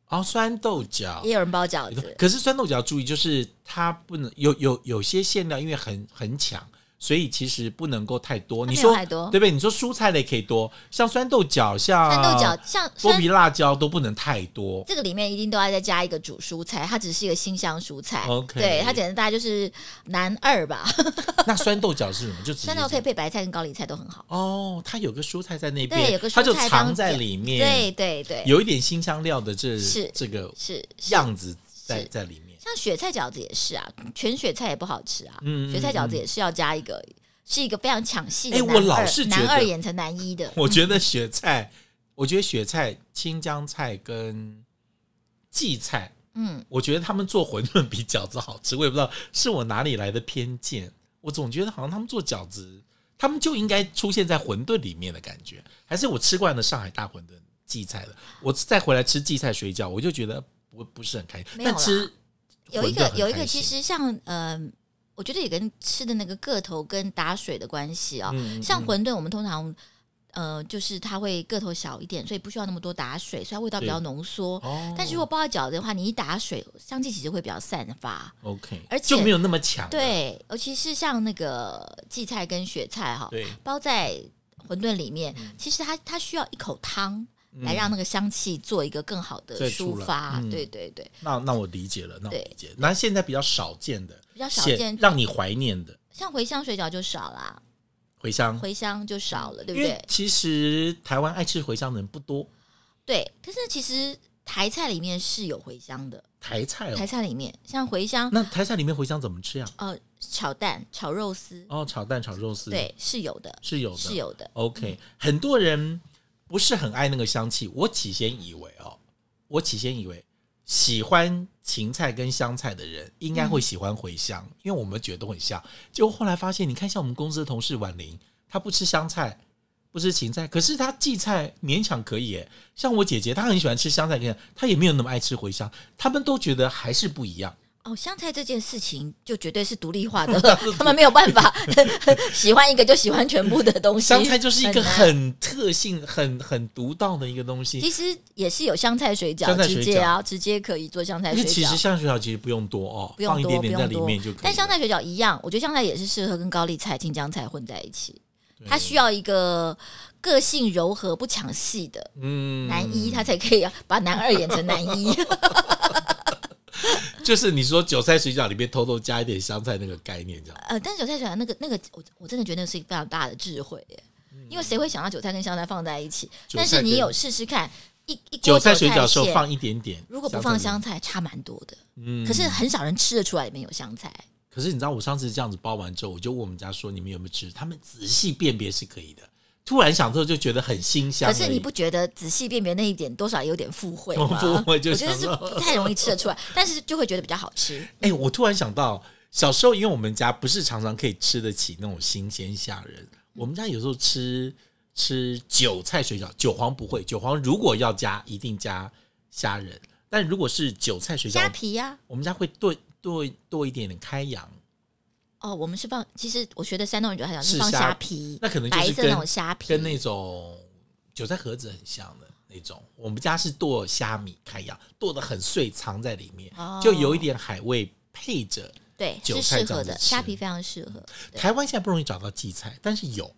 [SPEAKER 1] 然后酸豆角
[SPEAKER 2] 也。有人包饺子，
[SPEAKER 1] 可是酸豆角要注意，就是它不能有有有些馅料，因为很很抢，所以其实不能够太多。
[SPEAKER 2] 它
[SPEAKER 1] 你
[SPEAKER 2] 没有
[SPEAKER 1] 说
[SPEAKER 2] 太多
[SPEAKER 1] 对不对？你说蔬菜类可以多，像酸豆角、像
[SPEAKER 2] 酸豆角像
[SPEAKER 1] 剥
[SPEAKER 2] 酸
[SPEAKER 1] 皮辣椒都不能太多。
[SPEAKER 2] 这个里面一定都要再加一个煮蔬菜，它只是一个新香蔬菜。
[SPEAKER 1] OK
[SPEAKER 2] 对，它简单大概就是男二吧。
[SPEAKER 1] 那酸豆角是什么？就直接
[SPEAKER 2] 酸豆可以配白菜跟高丽菜都很好。
[SPEAKER 1] 哦，它有个蔬菜在那
[SPEAKER 2] 对
[SPEAKER 1] 边
[SPEAKER 2] 有个，蔬
[SPEAKER 1] 它就
[SPEAKER 2] 菜
[SPEAKER 1] 藏
[SPEAKER 2] 当
[SPEAKER 1] 在
[SPEAKER 2] 底
[SPEAKER 1] 里面。
[SPEAKER 2] 对对对，
[SPEAKER 1] 嗯有一点新香料的这
[SPEAKER 2] 是
[SPEAKER 1] 这个
[SPEAKER 2] 是是。
[SPEAKER 1] 样子在
[SPEAKER 2] 是
[SPEAKER 1] 在里面。
[SPEAKER 2] 像雪菜饺子也是啊，全雪菜也不好吃啊。
[SPEAKER 1] 嗯嗯
[SPEAKER 2] 雪菜饺子也是要加一个，是一个非常抢戏的
[SPEAKER 1] 哎
[SPEAKER 2] 男二，
[SPEAKER 1] 我老是觉得
[SPEAKER 2] 男二演成男一的。
[SPEAKER 1] 我觉得雪菜，我觉得雪菜、青江菜跟荠菜，
[SPEAKER 2] 嗯，
[SPEAKER 1] 我觉得他们做馄饨比饺子好吃。我也不知道是我哪里来的偏见，我总觉得好像他们做饺子，他们就应该出现在馄饨里面的感觉。还是我吃惯了上海大馄饨荠菜了，我再回来吃荠菜水饺，我就觉得不不是很开心。
[SPEAKER 2] 没有
[SPEAKER 1] 但
[SPEAKER 2] 啦
[SPEAKER 1] 吃
[SPEAKER 2] 有
[SPEAKER 1] 馄
[SPEAKER 2] 一
[SPEAKER 1] 饨
[SPEAKER 2] 个
[SPEAKER 1] 很
[SPEAKER 2] 有一
[SPEAKER 1] 开
[SPEAKER 2] 个，其
[SPEAKER 1] 心
[SPEAKER 2] 实像呃，我觉得也跟吃的那个个头跟打水的关系啊、
[SPEAKER 1] 嗯嗯
[SPEAKER 2] 像
[SPEAKER 1] 嗯
[SPEAKER 2] 馄饨，我们通常呃，就是它会个头小一点，所以不需要那么多打水，所以它味道比较浓缩。
[SPEAKER 1] 哦，
[SPEAKER 2] 但是如果包在饺子的话，你一打水，香气其实会比较散发。
[SPEAKER 1] OK，
[SPEAKER 2] 而
[SPEAKER 1] 就
[SPEAKER 2] 且
[SPEAKER 1] 没有那么强了。
[SPEAKER 2] 对，尤其是像那个荠菜跟雪菜哈，
[SPEAKER 1] 对，
[SPEAKER 2] 包在馄饨里面，
[SPEAKER 1] 嗯
[SPEAKER 2] 其实它它需要一口汤来让那个香气做一个更好的
[SPEAKER 1] 再
[SPEAKER 2] 抒
[SPEAKER 1] 出来
[SPEAKER 2] 发。
[SPEAKER 1] 嗯
[SPEAKER 2] 对对对，
[SPEAKER 1] 那那我理解了，那我
[SPEAKER 2] 对
[SPEAKER 1] 理解了。那现在比较少见的，
[SPEAKER 2] 比较少
[SPEAKER 1] 现
[SPEAKER 2] 见
[SPEAKER 1] 让你怀念的
[SPEAKER 2] 像茴香水饺就少啦，
[SPEAKER 1] 茴香，
[SPEAKER 2] 茴香就少了，对
[SPEAKER 1] 嗯
[SPEAKER 2] 不
[SPEAKER 1] 因为
[SPEAKER 2] 对？
[SPEAKER 1] 其实台湾爱吃茴香的人不多，
[SPEAKER 2] 对，可是其实台菜里面是有茴香的，
[SPEAKER 1] 台菜
[SPEAKER 2] 台
[SPEAKER 1] 哦。
[SPEAKER 2] 菜里面像茴香
[SPEAKER 1] 那台菜里面茴香怎么吃呀？
[SPEAKER 2] 呃炒蛋、炒肉丝，
[SPEAKER 1] 哦，炒蛋、炒肉丝，，
[SPEAKER 2] 对，是有的，
[SPEAKER 1] 是有的，
[SPEAKER 2] 是有的。
[SPEAKER 1] OK，很多人不是很爱那个香气。我起先以为哦，我起先以为喜欢芹菜跟香菜的人应该会喜欢茴香，因为我们觉得都很像。结果后来发现，你看像我们公司的同事婉玲，她不吃香菜，不吃芹菜，可是她荠菜勉强可以耶。像我姐姐，她很喜欢吃香菜跟芹菜，她也没有那么爱吃茴香，他们都觉得还是不一样。
[SPEAKER 2] 哦，香菜这件事情就绝对是独 立化的，他们没有办法 喜欢一个就喜欢全部的东西。
[SPEAKER 1] 香菜就是一个
[SPEAKER 2] 难
[SPEAKER 1] 很特性、很很独到的一个东西。
[SPEAKER 2] 其实也是有香菜水
[SPEAKER 1] 香
[SPEAKER 2] 饺，
[SPEAKER 1] 菜水
[SPEAKER 2] 直接啊，直接可以做香菜
[SPEAKER 1] 因
[SPEAKER 2] 水
[SPEAKER 1] 为其实
[SPEAKER 2] 饺，
[SPEAKER 1] 香水饺其实不用多哦，
[SPEAKER 2] 不用
[SPEAKER 1] 放一
[SPEAKER 2] 多，
[SPEAKER 1] 点
[SPEAKER 2] 不
[SPEAKER 1] 点在
[SPEAKER 2] 用
[SPEAKER 1] 里
[SPEAKER 2] 多
[SPEAKER 1] 面就可以了。。
[SPEAKER 2] 但香菜水饺一样，我觉得香菜也是适合跟高丽菜、青江菜混在一起，
[SPEAKER 1] 对
[SPEAKER 2] 它需要一个个性柔和、不抢戏的
[SPEAKER 1] 嗯
[SPEAKER 2] 男一，他才可以把男二演成男一。
[SPEAKER 1] 就是你说韭菜水饺里面偷偷加一点香菜那个概念，这样
[SPEAKER 2] 呃，但是韭菜水饺那个那个，我我真的觉得那是一个非常大的智慧耶，因为谁会想到韭菜跟香菜放在一起？
[SPEAKER 1] 嗯韭
[SPEAKER 2] 但
[SPEAKER 1] 菜
[SPEAKER 2] 是你
[SPEAKER 1] 跟
[SPEAKER 2] 有试试看，一一锅
[SPEAKER 1] 韭菜水饺的时候
[SPEAKER 2] 馅
[SPEAKER 1] 放一点点，
[SPEAKER 2] 如果不放香
[SPEAKER 1] 菜，
[SPEAKER 2] 菜，差蛮多的。
[SPEAKER 1] 嗯
[SPEAKER 2] 可是很少人吃得出来里面有香菜。
[SPEAKER 1] 可是你知道我上次这样子包完之后，我就问我们家说你们有没有吃，他们仔细辨别是可以的。突然想之后就觉得很新香而
[SPEAKER 2] 可
[SPEAKER 1] 已，
[SPEAKER 2] 是你不觉得仔细辨别那一点多少有点附会
[SPEAKER 1] 我
[SPEAKER 2] 吗？
[SPEAKER 1] 附会就
[SPEAKER 2] 我觉得
[SPEAKER 1] 想
[SPEAKER 2] 是
[SPEAKER 1] 到
[SPEAKER 2] 不太容易吃得出来， 但是就会觉得比较好吃。
[SPEAKER 1] 哎、我突然想到，小时候因为我们家不是常常可以吃得起那种新鲜虾仁，我们家有时候吃吃韭菜水饺，韭黄不会，韭黄如果要加，一定加虾仁，但如果是韭菜水
[SPEAKER 2] 虾
[SPEAKER 1] 饺，
[SPEAKER 2] 皮啊呀、
[SPEAKER 1] 我们家会剁剁剁一点点开洋，
[SPEAKER 2] 哦，我们是放，其实我学的山东人就还想
[SPEAKER 1] 是
[SPEAKER 2] 放
[SPEAKER 1] 虾
[SPEAKER 2] 虾皮，
[SPEAKER 1] 那可能就
[SPEAKER 2] 白
[SPEAKER 1] 是
[SPEAKER 2] 色那
[SPEAKER 1] 跟
[SPEAKER 2] 种虾皮，
[SPEAKER 1] 跟那种韭菜盒子很像的那种。我们家是剁虾米开洋，剁得很碎，藏在里面，
[SPEAKER 2] 哦
[SPEAKER 1] 就有一点海味配着。
[SPEAKER 2] 对
[SPEAKER 1] 韭
[SPEAKER 2] 是
[SPEAKER 1] 菜
[SPEAKER 2] 适
[SPEAKER 1] 这样
[SPEAKER 2] 合
[SPEAKER 1] 子
[SPEAKER 2] 的，
[SPEAKER 1] 吃
[SPEAKER 2] 虾皮非常适合。对
[SPEAKER 1] 台湾现在不容易找到荠菜，但是有，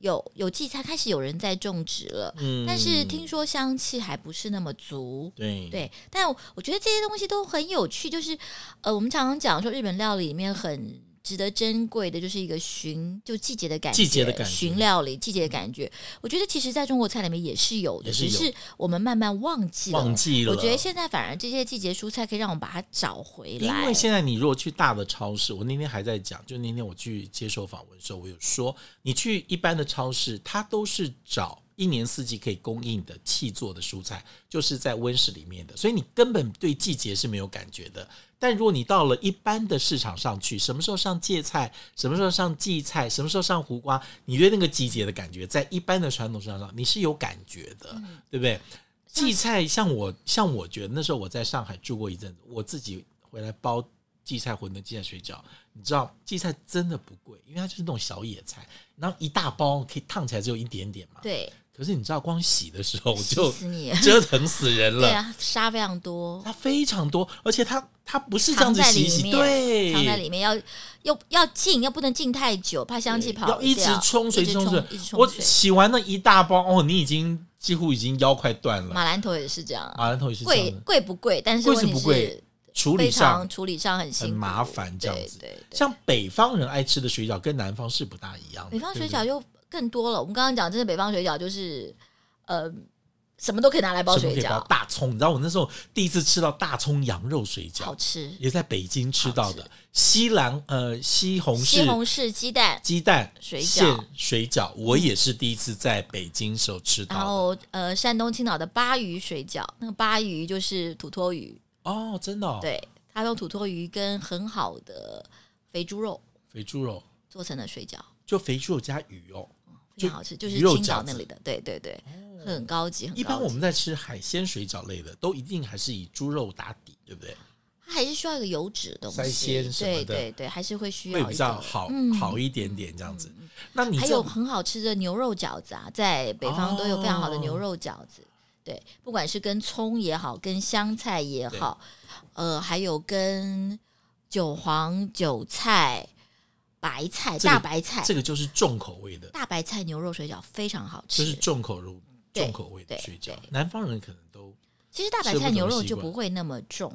[SPEAKER 2] 有有荠菜开始有人在种植了，
[SPEAKER 1] 嗯，
[SPEAKER 2] 但是听说香气还不是那么足。
[SPEAKER 1] 对
[SPEAKER 2] 对，但我我觉得这些东西都很有趣，就是呃，我们常常讲说日本料理里面很值得珍贵的，就是一个寻就季节的感觉，
[SPEAKER 1] 季节的感觉
[SPEAKER 2] 寻料理季节的感觉。我觉得其实在中国菜里面也是有的，
[SPEAKER 1] 也是有
[SPEAKER 2] 只是我们慢慢忘记了。
[SPEAKER 1] 忘记了。
[SPEAKER 2] 我觉得现在反而这些季节蔬菜可以让我们把它找回
[SPEAKER 1] 因
[SPEAKER 2] 来，
[SPEAKER 1] 为现在你如果去大的超市，我那天还在讲，就那天我去接受访问的时候，我有说，你去一般的超市，它都是找一年四季可以供应的气做的蔬菜，就是在温室里面的，所以你根本对季节是没有感觉的。但如果你到了一般的市场上去，什么时候上芥菜，什么时候上荠菜，什么时候上胡瓜，你对那个季节的感觉，在一般的传统市场上你是有感觉的，对不对？荠菜像我像我觉得那时候我在上海住过一阵子，我自己回来包荠菜馄饨、荠菜水饺，你知道荠菜真的不贵，因为它就是那种小野菜，然后一大包可以烫起来只有一点点嘛。
[SPEAKER 2] 对，
[SPEAKER 1] 可是你知道，光洗的时候我
[SPEAKER 2] 气
[SPEAKER 1] 就
[SPEAKER 2] 死你！
[SPEAKER 1] 折腾死人
[SPEAKER 2] 对
[SPEAKER 1] 了。
[SPEAKER 2] 啊，沙非常多，
[SPEAKER 1] 它非常多，而且它它不是这样
[SPEAKER 2] 藏
[SPEAKER 1] 子
[SPEAKER 2] 在
[SPEAKER 1] 洗
[SPEAKER 2] 里
[SPEAKER 1] 一洗，
[SPEAKER 2] 面，
[SPEAKER 1] 对，
[SPEAKER 2] 藏在里面要又要浸，又不能浸太久，怕香气
[SPEAKER 1] 对
[SPEAKER 2] 跑
[SPEAKER 1] 要一直
[SPEAKER 2] 掉
[SPEAKER 1] 冲水
[SPEAKER 2] 一直
[SPEAKER 1] 冲水
[SPEAKER 2] 一直
[SPEAKER 1] 我
[SPEAKER 2] 冲水。
[SPEAKER 1] 洗完那一大包，哦，你已经几乎已经腰快断了。
[SPEAKER 2] 马兰头也是这样啊，
[SPEAKER 1] 马兰头也是这
[SPEAKER 2] 贵
[SPEAKER 1] 样的，
[SPEAKER 2] 贵不贵？但是
[SPEAKER 1] 贵是
[SPEAKER 2] 问题
[SPEAKER 1] 不贵处
[SPEAKER 2] 非
[SPEAKER 1] 理上
[SPEAKER 2] 常处理上很辛
[SPEAKER 1] 很
[SPEAKER 2] 苦
[SPEAKER 1] 麻烦这样子
[SPEAKER 2] 对对对，
[SPEAKER 1] 像北方人爱吃的水饺跟南方是不大一样的。
[SPEAKER 2] 北方
[SPEAKER 1] 对
[SPEAKER 2] 水
[SPEAKER 1] 不
[SPEAKER 2] 饺就更多了。我们刚刚讲，真的北方水饺就是呃，什么都可以拿来包
[SPEAKER 1] 对什么
[SPEAKER 2] 水
[SPEAKER 1] 可以包
[SPEAKER 2] 饺，
[SPEAKER 1] 大葱，你知道我那时候第一次吃到大葱羊肉水
[SPEAKER 2] 好
[SPEAKER 1] 饺，
[SPEAKER 2] 吃。
[SPEAKER 1] 也在北京吃到
[SPEAKER 2] 好
[SPEAKER 1] 的。西兰呃西红
[SPEAKER 2] 西
[SPEAKER 1] 柿
[SPEAKER 2] 红柿鸡蛋，
[SPEAKER 1] 鸡蛋
[SPEAKER 2] 水饺
[SPEAKER 1] 馅水饺，我也是第一次在北京时候吃
[SPEAKER 2] 然
[SPEAKER 1] 到的。
[SPEAKER 2] 后呃，山东青岛的鲅鱼水饺，那个鲅鱼就是土托鱼，
[SPEAKER 1] 哦，真的、哦，
[SPEAKER 2] 对，它用土托鱼跟很好的肥猪肉
[SPEAKER 1] 肥猪肉
[SPEAKER 2] 做成的水饺，
[SPEAKER 1] 就肥猪肉加鱼哦。
[SPEAKER 2] 非常好吃，就是
[SPEAKER 1] 鱼肉
[SPEAKER 2] 青岛
[SPEAKER 1] 饺子哦
[SPEAKER 2] 那里的，对对对，很高级，很
[SPEAKER 1] 一般
[SPEAKER 2] 高
[SPEAKER 1] 我
[SPEAKER 2] 级。
[SPEAKER 1] 们在吃海鲜水饺类的，都一定还是以猪肉打底，对不对？
[SPEAKER 2] 它还是需要一个油脂的东西，
[SPEAKER 1] 鳃鲜什么
[SPEAKER 2] 对
[SPEAKER 1] 的
[SPEAKER 2] 对对，还是会需要
[SPEAKER 1] 会
[SPEAKER 2] 一
[SPEAKER 1] 比较
[SPEAKER 2] 个
[SPEAKER 1] 好、
[SPEAKER 2] 嗯
[SPEAKER 1] 好一点点这样子。那你
[SPEAKER 2] 还
[SPEAKER 1] 这
[SPEAKER 2] 有很好吃的牛肉饺子啊，在北方都有非常好的牛肉饺子。对，不管是跟葱也好，跟香菜也好，呃，还有跟韭黄、韭菜、白菜、
[SPEAKER 1] 这个
[SPEAKER 2] 大白菜、
[SPEAKER 1] 这个就是重口味的，
[SPEAKER 2] 大白菜牛肉水饺非常好吃。
[SPEAKER 1] 就是重口肉、
[SPEAKER 2] 对
[SPEAKER 1] 重口味的
[SPEAKER 2] 对
[SPEAKER 1] 水饺
[SPEAKER 2] 对。
[SPEAKER 1] 南方人可能都
[SPEAKER 2] 其实大白
[SPEAKER 1] 吃不
[SPEAKER 2] 菜
[SPEAKER 1] 怎
[SPEAKER 2] 牛
[SPEAKER 1] 么
[SPEAKER 2] 肉
[SPEAKER 1] 习
[SPEAKER 2] 就
[SPEAKER 1] 惯
[SPEAKER 2] 不会那么重。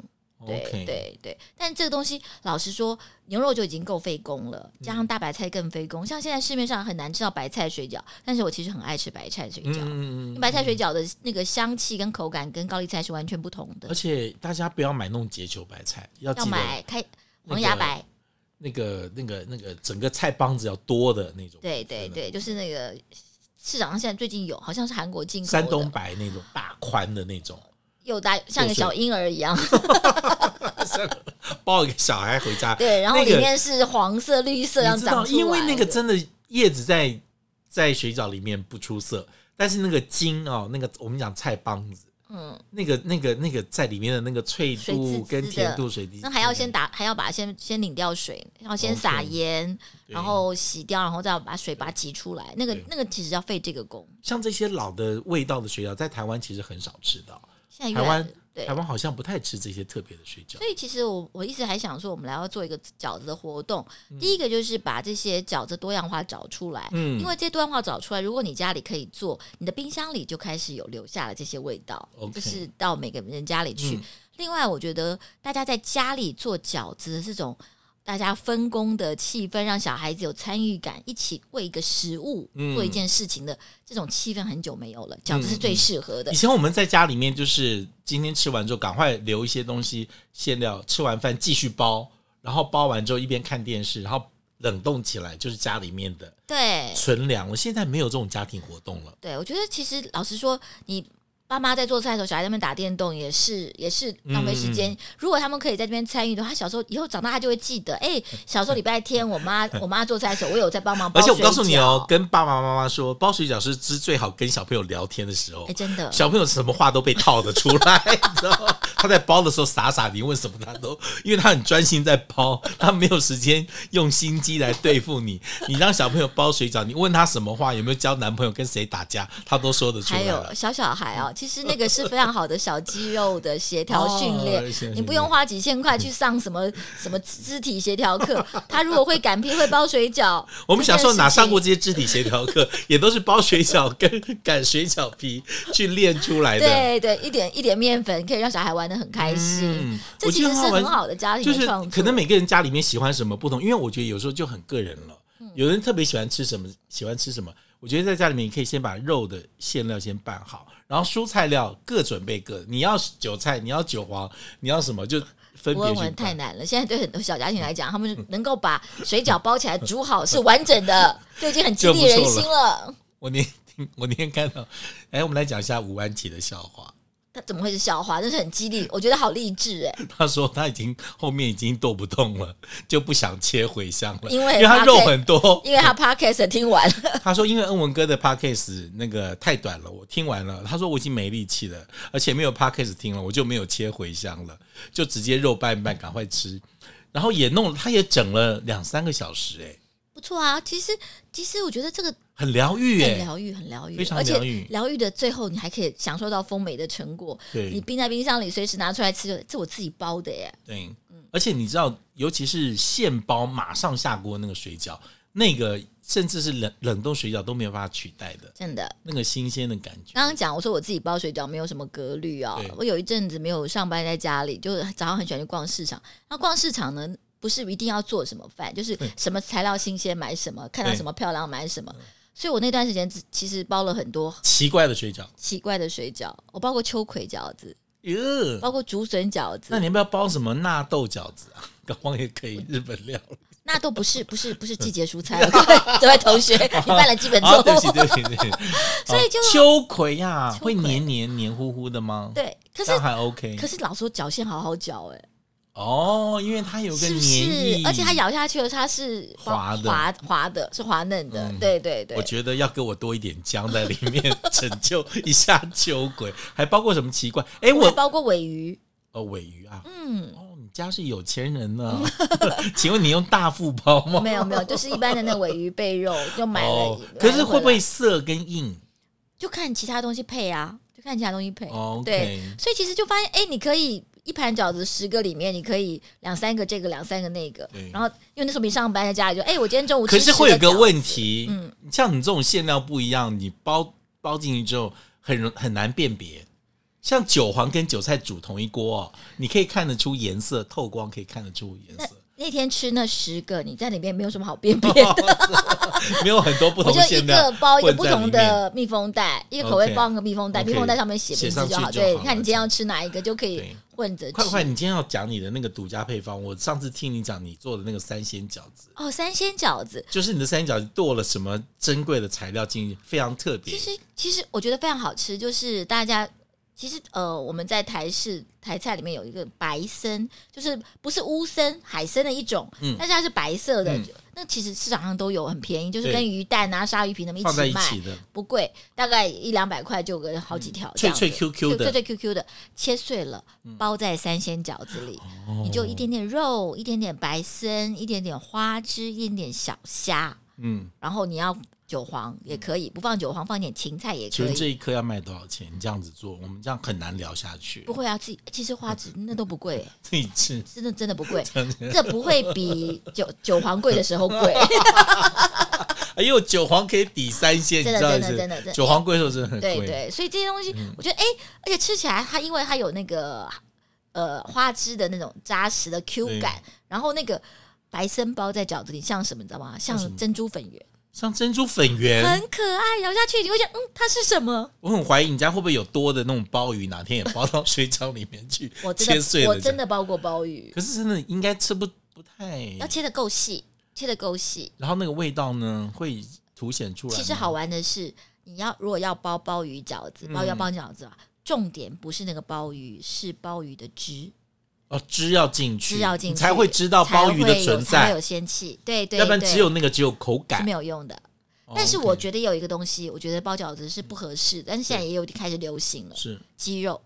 [SPEAKER 2] 对
[SPEAKER 1] OK，
[SPEAKER 2] 对对，但这个东西老实说，牛肉就已经够费工了，加
[SPEAKER 1] 嗯
[SPEAKER 2] 上大白菜更费工。像现在市面上很难吃到白菜水饺，但是我其实很爱吃白菜水
[SPEAKER 1] 嗯
[SPEAKER 2] 饺。
[SPEAKER 1] 嗯嗯嗯。
[SPEAKER 2] 白菜水饺的那个香气跟口感跟高丽菜是完全不同
[SPEAKER 1] 嗯而
[SPEAKER 2] 的，
[SPEAKER 1] 且大家不要买那种结球白菜，要
[SPEAKER 2] 要
[SPEAKER 1] 记得
[SPEAKER 2] 买开
[SPEAKER 1] 那
[SPEAKER 2] 黄芽
[SPEAKER 1] 个
[SPEAKER 2] 白，
[SPEAKER 1] 那个、那个、那个整个菜帮子要多的那种。
[SPEAKER 2] 对对
[SPEAKER 1] 真的
[SPEAKER 2] 对，就是那个市场上现在最近有，好像是韩国进口的，
[SPEAKER 1] 山东白那种大宽的那种，
[SPEAKER 2] 又大像个
[SPEAKER 1] 就是
[SPEAKER 2] 小婴儿一样，
[SPEAKER 1] 抱一个小孩回家，
[SPEAKER 2] 对，然后
[SPEAKER 1] 那
[SPEAKER 2] 里
[SPEAKER 1] 个
[SPEAKER 2] 面是黄色、绿色，然
[SPEAKER 1] 你
[SPEAKER 2] 后
[SPEAKER 1] 知
[SPEAKER 2] 长
[SPEAKER 1] 道，
[SPEAKER 2] 出来的，
[SPEAKER 1] 因为那个真的叶子在在水饺里面不出色，但是那个筋哦，那个我们讲菜帮子，
[SPEAKER 2] 嗯，
[SPEAKER 1] 那个那个那个在里面的那个脆
[SPEAKER 2] 水滋滋
[SPEAKER 1] 度
[SPEAKER 2] 的
[SPEAKER 1] 跟甜度、水滴，
[SPEAKER 2] 那还要先打，还要把它先先拧掉水，然后先
[SPEAKER 1] OK
[SPEAKER 2] 撒盐，
[SPEAKER 1] 对
[SPEAKER 2] 然后洗掉，然后再把水把它挤出来，那个
[SPEAKER 1] 对
[SPEAKER 2] 那个其实要费这个工，
[SPEAKER 1] 像这些老的味道的水饺，在台湾其实很少吃到，
[SPEAKER 2] 现在越
[SPEAKER 1] 台
[SPEAKER 2] 来
[SPEAKER 1] 湾
[SPEAKER 2] 对
[SPEAKER 1] 台。湾好像不太吃这些特别的水饺
[SPEAKER 2] 所。以其实我我一直还想说，我们来要做一个饺子的活动。第一个就是把这些饺子多样化找出来，
[SPEAKER 1] 嗯
[SPEAKER 2] 因为这些多样化找出来，如果你家里可以做，你的冰箱里就开始有留下了这些味道，
[SPEAKER 1] OK
[SPEAKER 2] 就是到每个人家里去。
[SPEAKER 1] 嗯
[SPEAKER 2] 另外，我觉得大家在家里做饺子的这种大家分工的气氛，让小孩子有参与感，一起为一个食物、
[SPEAKER 1] 嗯
[SPEAKER 2] 做一件事情的这种气氛很久没有了，饺子是最适合的
[SPEAKER 1] 以。前我们在家里面就是今天吃完之后赶快留一些东西馅料，吃完饭继续包，然后包完之后一边看电视，然后冷冻起来，就是家里面的
[SPEAKER 2] 对，
[SPEAKER 1] 存粮了，现在没有这种家庭活动了。
[SPEAKER 2] 对，我觉得其实老实说，你爸妈在做菜的时候，小孩在那边打电动也是也是
[SPEAKER 1] 嗯
[SPEAKER 2] 浪费时间。如果他们可以在这边参与的话，他小时候以后长大他就会记得，哎，小时候礼拜天我妈我妈做菜的时候，我有在帮忙包
[SPEAKER 1] 而且
[SPEAKER 2] 水饺。
[SPEAKER 1] 我告诉你哦，，跟爸爸妈妈说，包水饺是是最好跟小朋友聊天的时候
[SPEAKER 2] 哎，，真的，
[SPEAKER 1] 小朋友什么话都被套得出来，你知道吗？他在包的时候傻傻，你问什么他都，因为他很专心在包，他没有时间用心机来对付 你。你让小朋友包水饺，你问他什么话，有没有交男朋友，跟谁打架，他都说得出
[SPEAKER 2] 还
[SPEAKER 1] 来
[SPEAKER 2] 有
[SPEAKER 1] 了。
[SPEAKER 2] 小小孩啊，其实那个是非常好的小肌肉的协调训练
[SPEAKER 1] 哦协调训，练
[SPEAKER 2] 你不用花几千块去上什么什么肢体协调课。他如果会擀皮，会包水饺，
[SPEAKER 1] 我们小时候哪上过
[SPEAKER 2] 这
[SPEAKER 1] 这些肢体协调课，也都是包水饺跟 擀水饺皮去练出来的。
[SPEAKER 2] 件事情？对对，一点一点面粉可以让小孩玩的很开心。
[SPEAKER 1] 嗯，
[SPEAKER 2] 这
[SPEAKER 1] 我
[SPEAKER 2] 其
[SPEAKER 1] 觉得
[SPEAKER 2] 实是
[SPEAKER 1] 他玩
[SPEAKER 2] 很好的家庭
[SPEAKER 1] 就
[SPEAKER 2] 的
[SPEAKER 1] 是
[SPEAKER 2] 创作，
[SPEAKER 1] 可能每个人家里面喜欢什么不同，因为我觉得有时候就很个人了。
[SPEAKER 2] 嗯
[SPEAKER 1] 有人特别喜欢吃什么，喜欢吃什么。我觉得在家里面，你可以先把肉的馅料先拌好，然后蔬菜料各准备各。你要韭菜，你要韭黄，你要什么就分
[SPEAKER 2] 不问
[SPEAKER 1] 别去嗯
[SPEAKER 2] 文太
[SPEAKER 1] 拌。
[SPEAKER 2] 难了。现在对很多小家庭来讲，他们能 够把水饺包起来煮好是完整的，就已经很激励人心了。
[SPEAKER 1] 我年我那天看到，哎，我们来讲一下吴安琪的笑话。
[SPEAKER 2] 他怎么会是笑话？真是很激励，我觉得好励志哎！
[SPEAKER 1] 他说他已经后面已经跺不动了，就不想切回香了，
[SPEAKER 2] 因为
[SPEAKER 1] 他
[SPEAKER 2] 他
[SPEAKER 1] 肉
[SPEAKER 2] 可以
[SPEAKER 1] 很多。
[SPEAKER 2] 因 为他 podcast 听完了，
[SPEAKER 1] 他说因为恩文哥的 podcast 那个太短了，我听完了。他说我已经没力气了，而且没有 podcast 听了，我就没有切回香了， 就直接肉拌拌，赶快吃。然后也弄，他也整了两三个小时、哎，
[SPEAKER 2] 不错啊。其实，其实我觉得这个
[SPEAKER 1] 很疗愈、
[SPEAKER 2] 很
[SPEAKER 1] 哎，
[SPEAKER 2] 疗愈，很疗愈，
[SPEAKER 1] 非常
[SPEAKER 2] 而且
[SPEAKER 1] 疗愈
[SPEAKER 2] 疗愈的最后，你还可以享受到丰美的成果。
[SPEAKER 1] 对
[SPEAKER 2] 你冰在冰箱里，随时拿出来吃，就这我自己包的耶。
[SPEAKER 1] 对，而且你知道，尤其是现包马上下锅那个水饺，那个甚至是冷冷冻水饺都没有办法取代的
[SPEAKER 2] 真的，
[SPEAKER 1] 那个新鲜的感觉。
[SPEAKER 2] 刚刚讲我说我自己包水饺没有什么格律啊、
[SPEAKER 1] 对
[SPEAKER 2] 我有一阵子没有上班在家里，就是早上很喜欢去逛市场。那逛市场呢，不是一定要做什么饭，就是什么材料新鲜买什么，看到
[SPEAKER 1] 对嗯
[SPEAKER 2] 什么漂亮买什么。所以我那段时间只其实包了很多
[SPEAKER 1] 奇怪的水饺，
[SPEAKER 2] 奇怪的水饺，我包括秋葵饺子，
[SPEAKER 1] 哟、
[SPEAKER 2] 包括竹笋饺子
[SPEAKER 1] 那，你要不要包什么纳豆饺子啊？ 搞不好也可以日本料理。
[SPEAKER 2] 那都不是不是不是季节蔬菜。各位 各位同学，你犯了基本错
[SPEAKER 1] 嗯 啊，对不起，
[SPEAKER 2] 误。
[SPEAKER 1] 对不起，对不起。
[SPEAKER 2] 所以就
[SPEAKER 1] 哦秋葵呀、
[SPEAKER 2] 秋
[SPEAKER 1] 会
[SPEAKER 2] 葵
[SPEAKER 1] 黏黏黏糊糊的吗？，
[SPEAKER 2] 对，可是
[SPEAKER 1] 这样还 OK。
[SPEAKER 2] 可是老说绞馅好好绞哎、
[SPEAKER 1] 哦，因为它有个
[SPEAKER 2] 是
[SPEAKER 1] 黏
[SPEAKER 2] 不
[SPEAKER 1] 液
[SPEAKER 2] 是？，而且它。咬下去了，它是
[SPEAKER 1] 滑的
[SPEAKER 2] 滑滑的，是滑嫩的。
[SPEAKER 1] 嗯
[SPEAKER 2] 对对对
[SPEAKER 1] 我，觉得要给我多一点姜在里面， 拯救一下秋葵，还包括什么奇怪？哎，
[SPEAKER 2] 还
[SPEAKER 1] 我
[SPEAKER 2] 包括尾鱼，
[SPEAKER 1] 哦，尾鱼啊，
[SPEAKER 2] 嗯，
[SPEAKER 1] 哦，你家是有钱人呢、 请问你用大腹包吗？
[SPEAKER 2] 没有没有，就是一般的那尾鱼备肉，就买了
[SPEAKER 1] 哦。，
[SPEAKER 2] 买
[SPEAKER 1] 可
[SPEAKER 2] 了
[SPEAKER 1] 是会不
[SPEAKER 2] 回
[SPEAKER 1] 会
[SPEAKER 2] 来
[SPEAKER 1] 涩跟硬？
[SPEAKER 2] 就看其他东西配啊？就看其他东西配。
[SPEAKER 1] 哦，
[SPEAKER 2] 对，所以其实就发现，哎，你可以一盘饺子十个里面，你可以两三个这个，两三个那个
[SPEAKER 1] 对。
[SPEAKER 2] 然后因为那时候没上班，在家里就，哎，我今天中午吃
[SPEAKER 1] 可是会有
[SPEAKER 2] 10
[SPEAKER 1] 个
[SPEAKER 2] 饺
[SPEAKER 1] 问
[SPEAKER 2] 子，
[SPEAKER 1] 题，
[SPEAKER 2] 嗯
[SPEAKER 1] 像你这种馅料不一样，你包包进去之后很容很难辨别。像韭黄跟韭菜煮同一锅、哦，你可以看得出颜色，透光可以看得出颜
[SPEAKER 2] 那
[SPEAKER 1] 色，
[SPEAKER 2] 那天吃那十个，你在里面没有什么好辨别的。
[SPEAKER 1] 没有很多不
[SPEAKER 2] 我
[SPEAKER 1] 同
[SPEAKER 2] 就一
[SPEAKER 1] 馅料
[SPEAKER 2] 个包一个
[SPEAKER 1] 混
[SPEAKER 2] 不
[SPEAKER 1] 在里
[SPEAKER 2] 同
[SPEAKER 1] 面。
[SPEAKER 2] 的密封袋，一个口味
[SPEAKER 1] OK，
[SPEAKER 2] 包一个密封袋，
[SPEAKER 1] OK，
[SPEAKER 2] 密封袋上面写名字
[SPEAKER 1] 写
[SPEAKER 2] 就
[SPEAKER 1] 上
[SPEAKER 2] 好。
[SPEAKER 1] 去就好
[SPEAKER 2] 对，看你今天
[SPEAKER 1] 了
[SPEAKER 2] 要吃哪一个就可以
[SPEAKER 1] 对
[SPEAKER 2] 混着
[SPEAKER 1] 快快，
[SPEAKER 2] 吃。
[SPEAKER 1] 你今天要讲你的那个独家配方。我上次听你讲你做的那个三鲜饺子，
[SPEAKER 2] 哦，三鲜饺子，
[SPEAKER 1] 就是你的三鲜饺子剁了什么珍贵的材料进去，非常特别
[SPEAKER 2] 其。实其实我觉得非常好吃，就是大家。其实，呃，我们在台式台菜里面有一个白参，就是不是乌参、海参的一种，
[SPEAKER 1] 嗯
[SPEAKER 2] 但是它是白色的。
[SPEAKER 1] 嗯
[SPEAKER 2] 那其实市场上都有，很便宜，就是
[SPEAKER 1] 对
[SPEAKER 2] 跟鱼蛋啊、鲨鱼皮那么
[SPEAKER 1] 放在
[SPEAKER 2] 一
[SPEAKER 1] 一
[SPEAKER 2] 起卖，
[SPEAKER 1] 起的，
[SPEAKER 2] 不贵，大概一两百块就有个好几条、这
[SPEAKER 1] 嗯脆
[SPEAKER 2] 样子
[SPEAKER 1] 脆 QQ 的嗯
[SPEAKER 2] 脆脆 QQ 的，切碎了包在三鲜饺子里，
[SPEAKER 1] 哦
[SPEAKER 2] 你就一点点肉，一点点白参，一点点花枝，一点点小虾，
[SPEAKER 1] 嗯，
[SPEAKER 2] 然后你要韭黄也可以，不放韭黄放点芹菜也
[SPEAKER 1] 请
[SPEAKER 2] 可
[SPEAKER 1] 问
[SPEAKER 2] 以。
[SPEAKER 1] 这一颗要卖多少钱？你这样子做，我们这样很难聊下去
[SPEAKER 2] 不。会啊，自己其实花枝那都不贵，
[SPEAKER 1] 自己吃，
[SPEAKER 2] 真的真的不贵，这不会比韭韭黄贵的时候贵。
[SPEAKER 1] 哎呦，韭黄可以抵三鲜，你
[SPEAKER 2] 真
[SPEAKER 1] 知
[SPEAKER 2] 的
[SPEAKER 1] 道
[SPEAKER 2] 真
[SPEAKER 1] 是
[SPEAKER 2] 的真的真的
[SPEAKER 1] 韭黄贵的时候真的很
[SPEAKER 2] 对
[SPEAKER 1] 贵。
[SPEAKER 2] 对，所以这些东西，
[SPEAKER 1] 嗯
[SPEAKER 2] 我觉得哎、而且吃起来它因为它有那个呃花枝的那种扎实的 Q
[SPEAKER 1] 对
[SPEAKER 2] 感，然后那个白参包在饺子里像什么，你知道吗？
[SPEAKER 1] 什
[SPEAKER 2] 像
[SPEAKER 1] 么哎
[SPEAKER 2] 珍珠粉圆，
[SPEAKER 1] 像珍珠粉圆，
[SPEAKER 2] 很可爱，咬下去你会觉得嗯，它是什么？
[SPEAKER 1] 我很怀疑你家会不会有多的那种鲍鱼，哪天也包到水饺里面去
[SPEAKER 2] 我，真
[SPEAKER 1] 切碎
[SPEAKER 2] 的
[SPEAKER 1] 了。
[SPEAKER 2] 我真，的包过鲍鱼，
[SPEAKER 1] 可是真的应该吃不不太。
[SPEAKER 2] 要切的够细，切的够细。
[SPEAKER 1] 然后那个味道呢，会凸显出来吗。
[SPEAKER 2] 其实好玩的是，你要如果要包鲍鱼饺
[SPEAKER 1] 嗯
[SPEAKER 2] 子，包要包饺子啊。重点不是那个鲍鱼，是鲍鱼的汁，
[SPEAKER 1] 哦，汁要进去，
[SPEAKER 2] 汁要进去
[SPEAKER 1] 你才会知道鲍鱼的
[SPEAKER 2] 才会有
[SPEAKER 1] 存
[SPEAKER 2] 才会
[SPEAKER 1] 在，
[SPEAKER 2] 有仙气。对对，
[SPEAKER 1] 要不然
[SPEAKER 2] 对
[SPEAKER 1] 只有那个只有口
[SPEAKER 2] 是
[SPEAKER 1] 感
[SPEAKER 2] 没。有用的。
[SPEAKER 1] 哦
[SPEAKER 2] 但是我
[SPEAKER 1] OK，
[SPEAKER 2] 觉得有一个东西，我觉得包饺子是不合适，但是现在也有开始流行了，
[SPEAKER 1] 哦是
[SPEAKER 2] 鸡肉。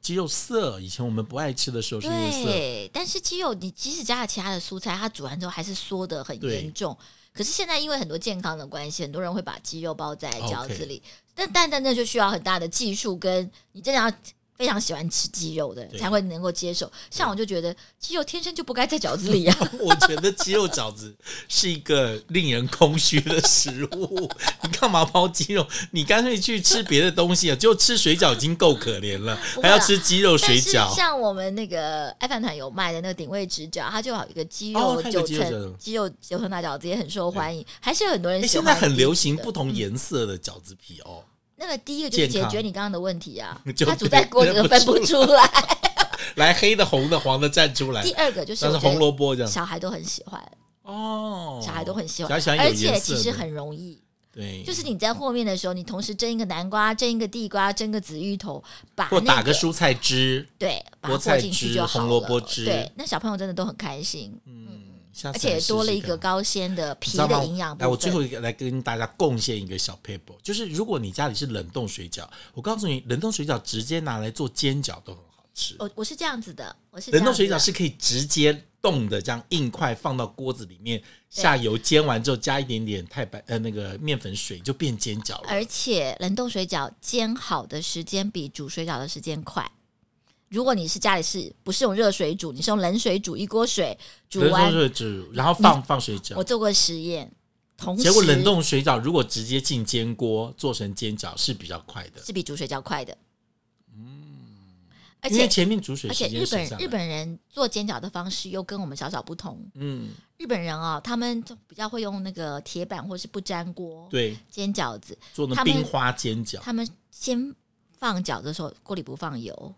[SPEAKER 1] 鸡肉色，以前我们不爱吃的时候是肉色，
[SPEAKER 2] 对，但是鸡肉你即使加了其他的蔬菜，它煮完之后还是缩的很
[SPEAKER 1] 对
[SPEAKER 2] 严重。可是现在因为很多健康的关系，很多人会把鸡肉包在
[SPEAKER 1] 哦 OK
[SPEAKER 2] 饺子里，但但但那就需要很大的技术，跟你真的要非常喜欢吃鸡肉的人
[SPEAKER 1] 对
[SPEAKER 2] 才会能够接受。像我就觉得鸡肉天生就不该在饺子里啊，
[SPEAKER 1] 我觉得鸡肉饺子是一个令人空虚的食物，你干嘛包鸡肉？你干脆去吃别的东西啊！就吃水饺已经够可怜了，
[SPEAKER 2] 不会
[SPEAKER 1] 还
[SPEAKER 2] 啦
[SPEAKER 1] 要吃鸡肉
[SPEAKER 2] 但
[SPEAKER 1] 水
[SPEAKER 2] 是
[SPEAKER 1] 饺。
[SPEAKER 2] 像我们那个爱饭团有卖的那个鼎味直饺，它就有一个鸡
[SPEAKER 1] 哦
[SPEAKER 2] 肉
[SPEAKER 1] 它有
[SPEAKER 2] 九
[SPEAKER 1] 鸡肉饺
[SPEAKER 2] 层、
[SPEAKER 1] 子
[SPEAKER 2] 鸡肉九层大饺子也很受欢迎，还是有很多人
[SPEAKER 1] 哎，
[SPEAKER 2] 喜
[SPEAKER 1] 现
[SPEAKER 2] 欢。嗯
[SPEAKER 1] 在很流行不同颜色的饺子皮哦，
[SPEAKER 2] 那个第一个就是
[SPEAKER 1] 健
[SPEAKER 2] 解
[SPEAKER 1] 康
[SPEAKER 2] 决你刚刚的问题啊
[SPEAKER 1] 就，
[SPEAKER 2] 它煮在锅里都分不出 来。
[SPEAKER 1] 来黑的、红的、黄的站出来
[SPEAKER 2] 第，二个就是
[SPEAKER 1] 像是
[SPEAKER 2] 我觉得
[SPEAKER 1] 红萝卜这样。
[SPEAKER 2] 小孩都很喜欢，
[SPEAKER 1] 哦，
[SPEAKER 2] 小孩都很喜
[SPEAKER 1] 小孩
[SPEAKER 2] 欢
[SPEAKER 1] 喜欢，有
[SPEAKER 2] 而且
[SPEAKER 1] 颜色
[SPEAKER 2] 其实
[SPEAKER 1] 的
[SPEAKER 2] 很容易。
[SPEAKER 1] 对，
[SPEAKER 2] 就是你在和面的时候，你同时蒸一个南瓜，蒸一个地瓜，蒸个紫芋头，把
[SPEAKER 1] 或
[SPEAKER 2] 那
[SPEAKER 1] 打个蔬菜汁，
[SPEAKER 2] 对，把
[SPEAKER 1] 菠
[SPEAKER 2] 它
[SPEAKER 1] 菜
[SPEAKER 2] 和进去
[SPEAKER 1] 汁
[SPEAKER 2] 就好
[SPEAKER 1] 红
[SPEAKER 2] 了。
[SPEAKER 1] 萝卜汁
[SPEAKER 2] 对，那小朋友真的都很开心，
[SPEAKER 1] 嗯，下
[SPEAKER 2] 而
[SPEAKER 1] 次来
[SPEAKER 2] 且
[SPEAKER 1] 试
[SPEAKER 2] 多
[SPEAKER 1] 试
[SPEAKER 2] 了一
[SPEAKER 1] 看
[SPEAKER 2] 个高纤的
[SPEAKER 1] 你
[SPEAKER 2] 皮
[SPEAKER 1] 知道吗
[SPEAKER 2] 的营养部
[SPEAKER 1] 来，
[SPEAKER 2] 分。
[SPEAKER 1] 我最后一个来跟大家贡献一个小 paper，就是如果你家里是冷冻水饺，我告诉你，冷冻水饺直接拿来做煎饺都很好吃。
[SPEAKER 2] 我我是这样子的，我哦是这
[SPEAKER 1] 冷冻
[SPEAKER 2] 样
[SPEAKER 1] 水
[SPEAKER 2] 子啊
[SPEAKER 1] 饺
[SPEAKER 2] 的
[SPEAKER 1] 是可以直接冻的，这样硬块放到锅子里面，下油煎完之后加一点点太白呃那个面粉水就变煎饺了。
[SPEAKER 2] 而且冷冻水饺煎好的时间比煮水饺的时间快。如果你是家里是不是用热水煮，你是用冷水煮一锅水，煮
[SPEAKER 1] 冷冻
[SPEAKER 2] 完
[SPEAKER 1] 水饺，然后放放水
[SPEAKER 2] 我
[SPEAKER 1] 饺。
[SPEAKER 2] 做过实验，同时
[SPEAKER 1] 结果冷冻水饺如果直接进煎锅做成煎饺是比较快的，
[SPEAKER 2] 是比煮水饺快的。而
[SPEAKER 1] 嗯因为
[SPEAKER 2] 且
[SPEAKER 1] 前面煮水
[SPEAKER 2] 而且
[SPEAKER 1] 时间
[SPEAKER 2] 日
[SPEAKER 1] 省
[SPEAKER 2] 本
[SPEAKER 1] 下来。
[SPEAKER 2] 日本人做煎饺的方式又跟我们小小不同。
[SPEAKER 1] 嗯，
[SPEAKER 2] 日本人啊、他们就比较会用那个铁板或是不粘锅
[SPEAKER 1] 对，
[SPEAKER 2] 煎饺子，
[SPEAKER 1] 做那
[SPEAKER 2] 他们
[SPEAKER 1] 冰花煎饺
[SPEAKER 2] 他们先放饺子的时候锅里不放油。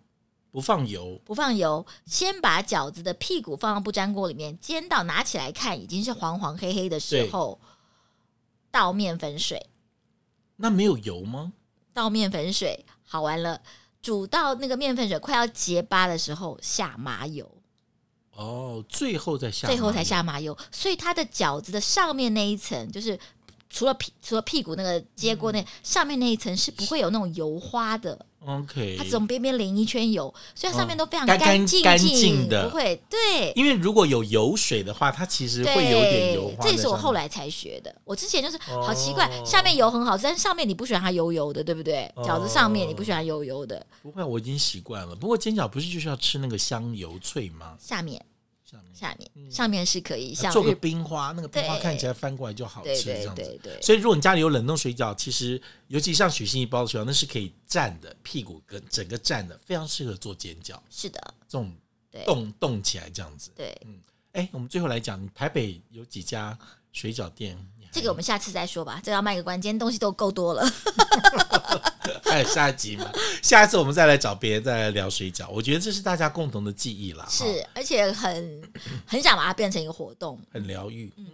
[SPEAKER 1] 不放油，
[SPEAKER 2] 不放油，先把饺子的屁股放到不粘锅里面煎到拿起来看已经是黄黄黑黑的时候，倒面粉水，
[SPEAKER 1] 那没有油吗？
[SPEAKER 2] 倒面粉水好完了，煮到那个面粉水快要结巴的时候下麻油，
[SPEAKER 1] 哦，最后再下，
[SPEAKER 2] 最后才。下麻油，所以它的饺子的上面那一层就是。除了屁除了屁股那个接锅那、上面那一层是不会有那种油花的，
[SPEAKER 1] OK，
[SPEAKER 2] 它从边边淋一圈油，所以它上
[SPEAKER 1] 嗯
[SPEAKER 2] 面都非常
[SPEAKER 1] 干干
[SPEAKER 2] 净
[SPEAKER 1] 干净的
[SPEAKER 2] 不会对。
[SPEAKER 1] 因为如果有油水的话，它其实
[SPEAKER 2] 对，
[SPEAKER 1] 会有点油花在上面。
[SPEAKER 2] 这也是我后来才学的。我之前就是
[SPEAKER 1] 哦
[SPEAKER 2] 好奇怪，下面油很好吃，但是上面你不喜欢它油油的，对不对？
[SPEAKER 1] 哦
[SPEAKER 2] 饺子上面你不喜欢油油的，
[SPEAKER 1] 不会，我已经习惯了。不过煎饺不是就是要吃那个香油脆吗？
[SPEAKER 2] 下面
[SPEAKER 1] 下面
[SPEAKER 2] 下面上面是可以像
[SPEAKER 1] 嗯啊做个
[SPEAKER 2] 日
[SPEAKER 1] 冰花，那个冰花
[SPEAKER 2] 对
[SPEAKER 1] 看起来翻过来就好
[SPEAKER 2] 对
[SPEAKER 1] 吃，这
[SPEAKER 2] 对
[SPEAKER 1] 样子。
[SPEAKER 2] 对对，
[SPEAKER 1] 所以，如果你家里有冷冻水饺，其实尤其像许昕一包的水饺，那是可以蘸的，屁股跟整个蘸的，非常适合做煎饺，
[SPEAKER 2] 是的，
[SPEAKER 1] 这种
[SPEAKER 2] 对
[SPEAKER 1] 冻冻起来这样子。
[SPEAKER 2] 对。
[SPEAKER 1] 哎，我们最后来讲，台北有几家水饺店？你还
[SPEAKER 2] 这个我们下次再说吧，这个要卖个关，今天东西都够多了。
[SPEAKER 1] 还有哎下一集嘛？ 下一次我们再来找别人再来聊水饺，我觉得这是大家共同的记忆啦，哈
[SPEAKER 2] 是，而且很很想把它变成一个活动。
[SPEAKER 1] 很疗愈。嗯，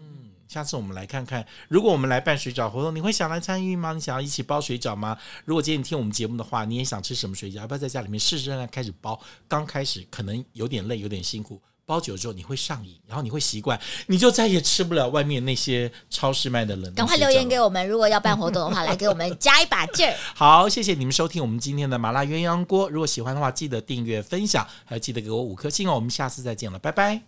[SPEAKER 1] 下次我们来看看，如果我们来办水饺活动，你会想来参与吗？你想要一起包水饺吗？如果今天你听我们节目的话，你也想吃什么水饺？要不要在家里面试试看？开始包，刚开始可能有点累，有点辛苦。包久了之后你会上瘾，然后你会习惯，你就再也吃不了外面那些超市卖的冷冻。
[SPEAKER 2] 赶快留言给
[SPEAKER 1] 我。
[SPEAKER 2] 我们，如果要办活动 的话，来给我们加一把劲儿。
[SPEAKER 1] 好，谢谢你们收听我们今天的麻辣鸳鸯锅。如果喜欢的话，记得订阅、分享，还有记得给我五颗星哦。我们下次再见了，拜拜。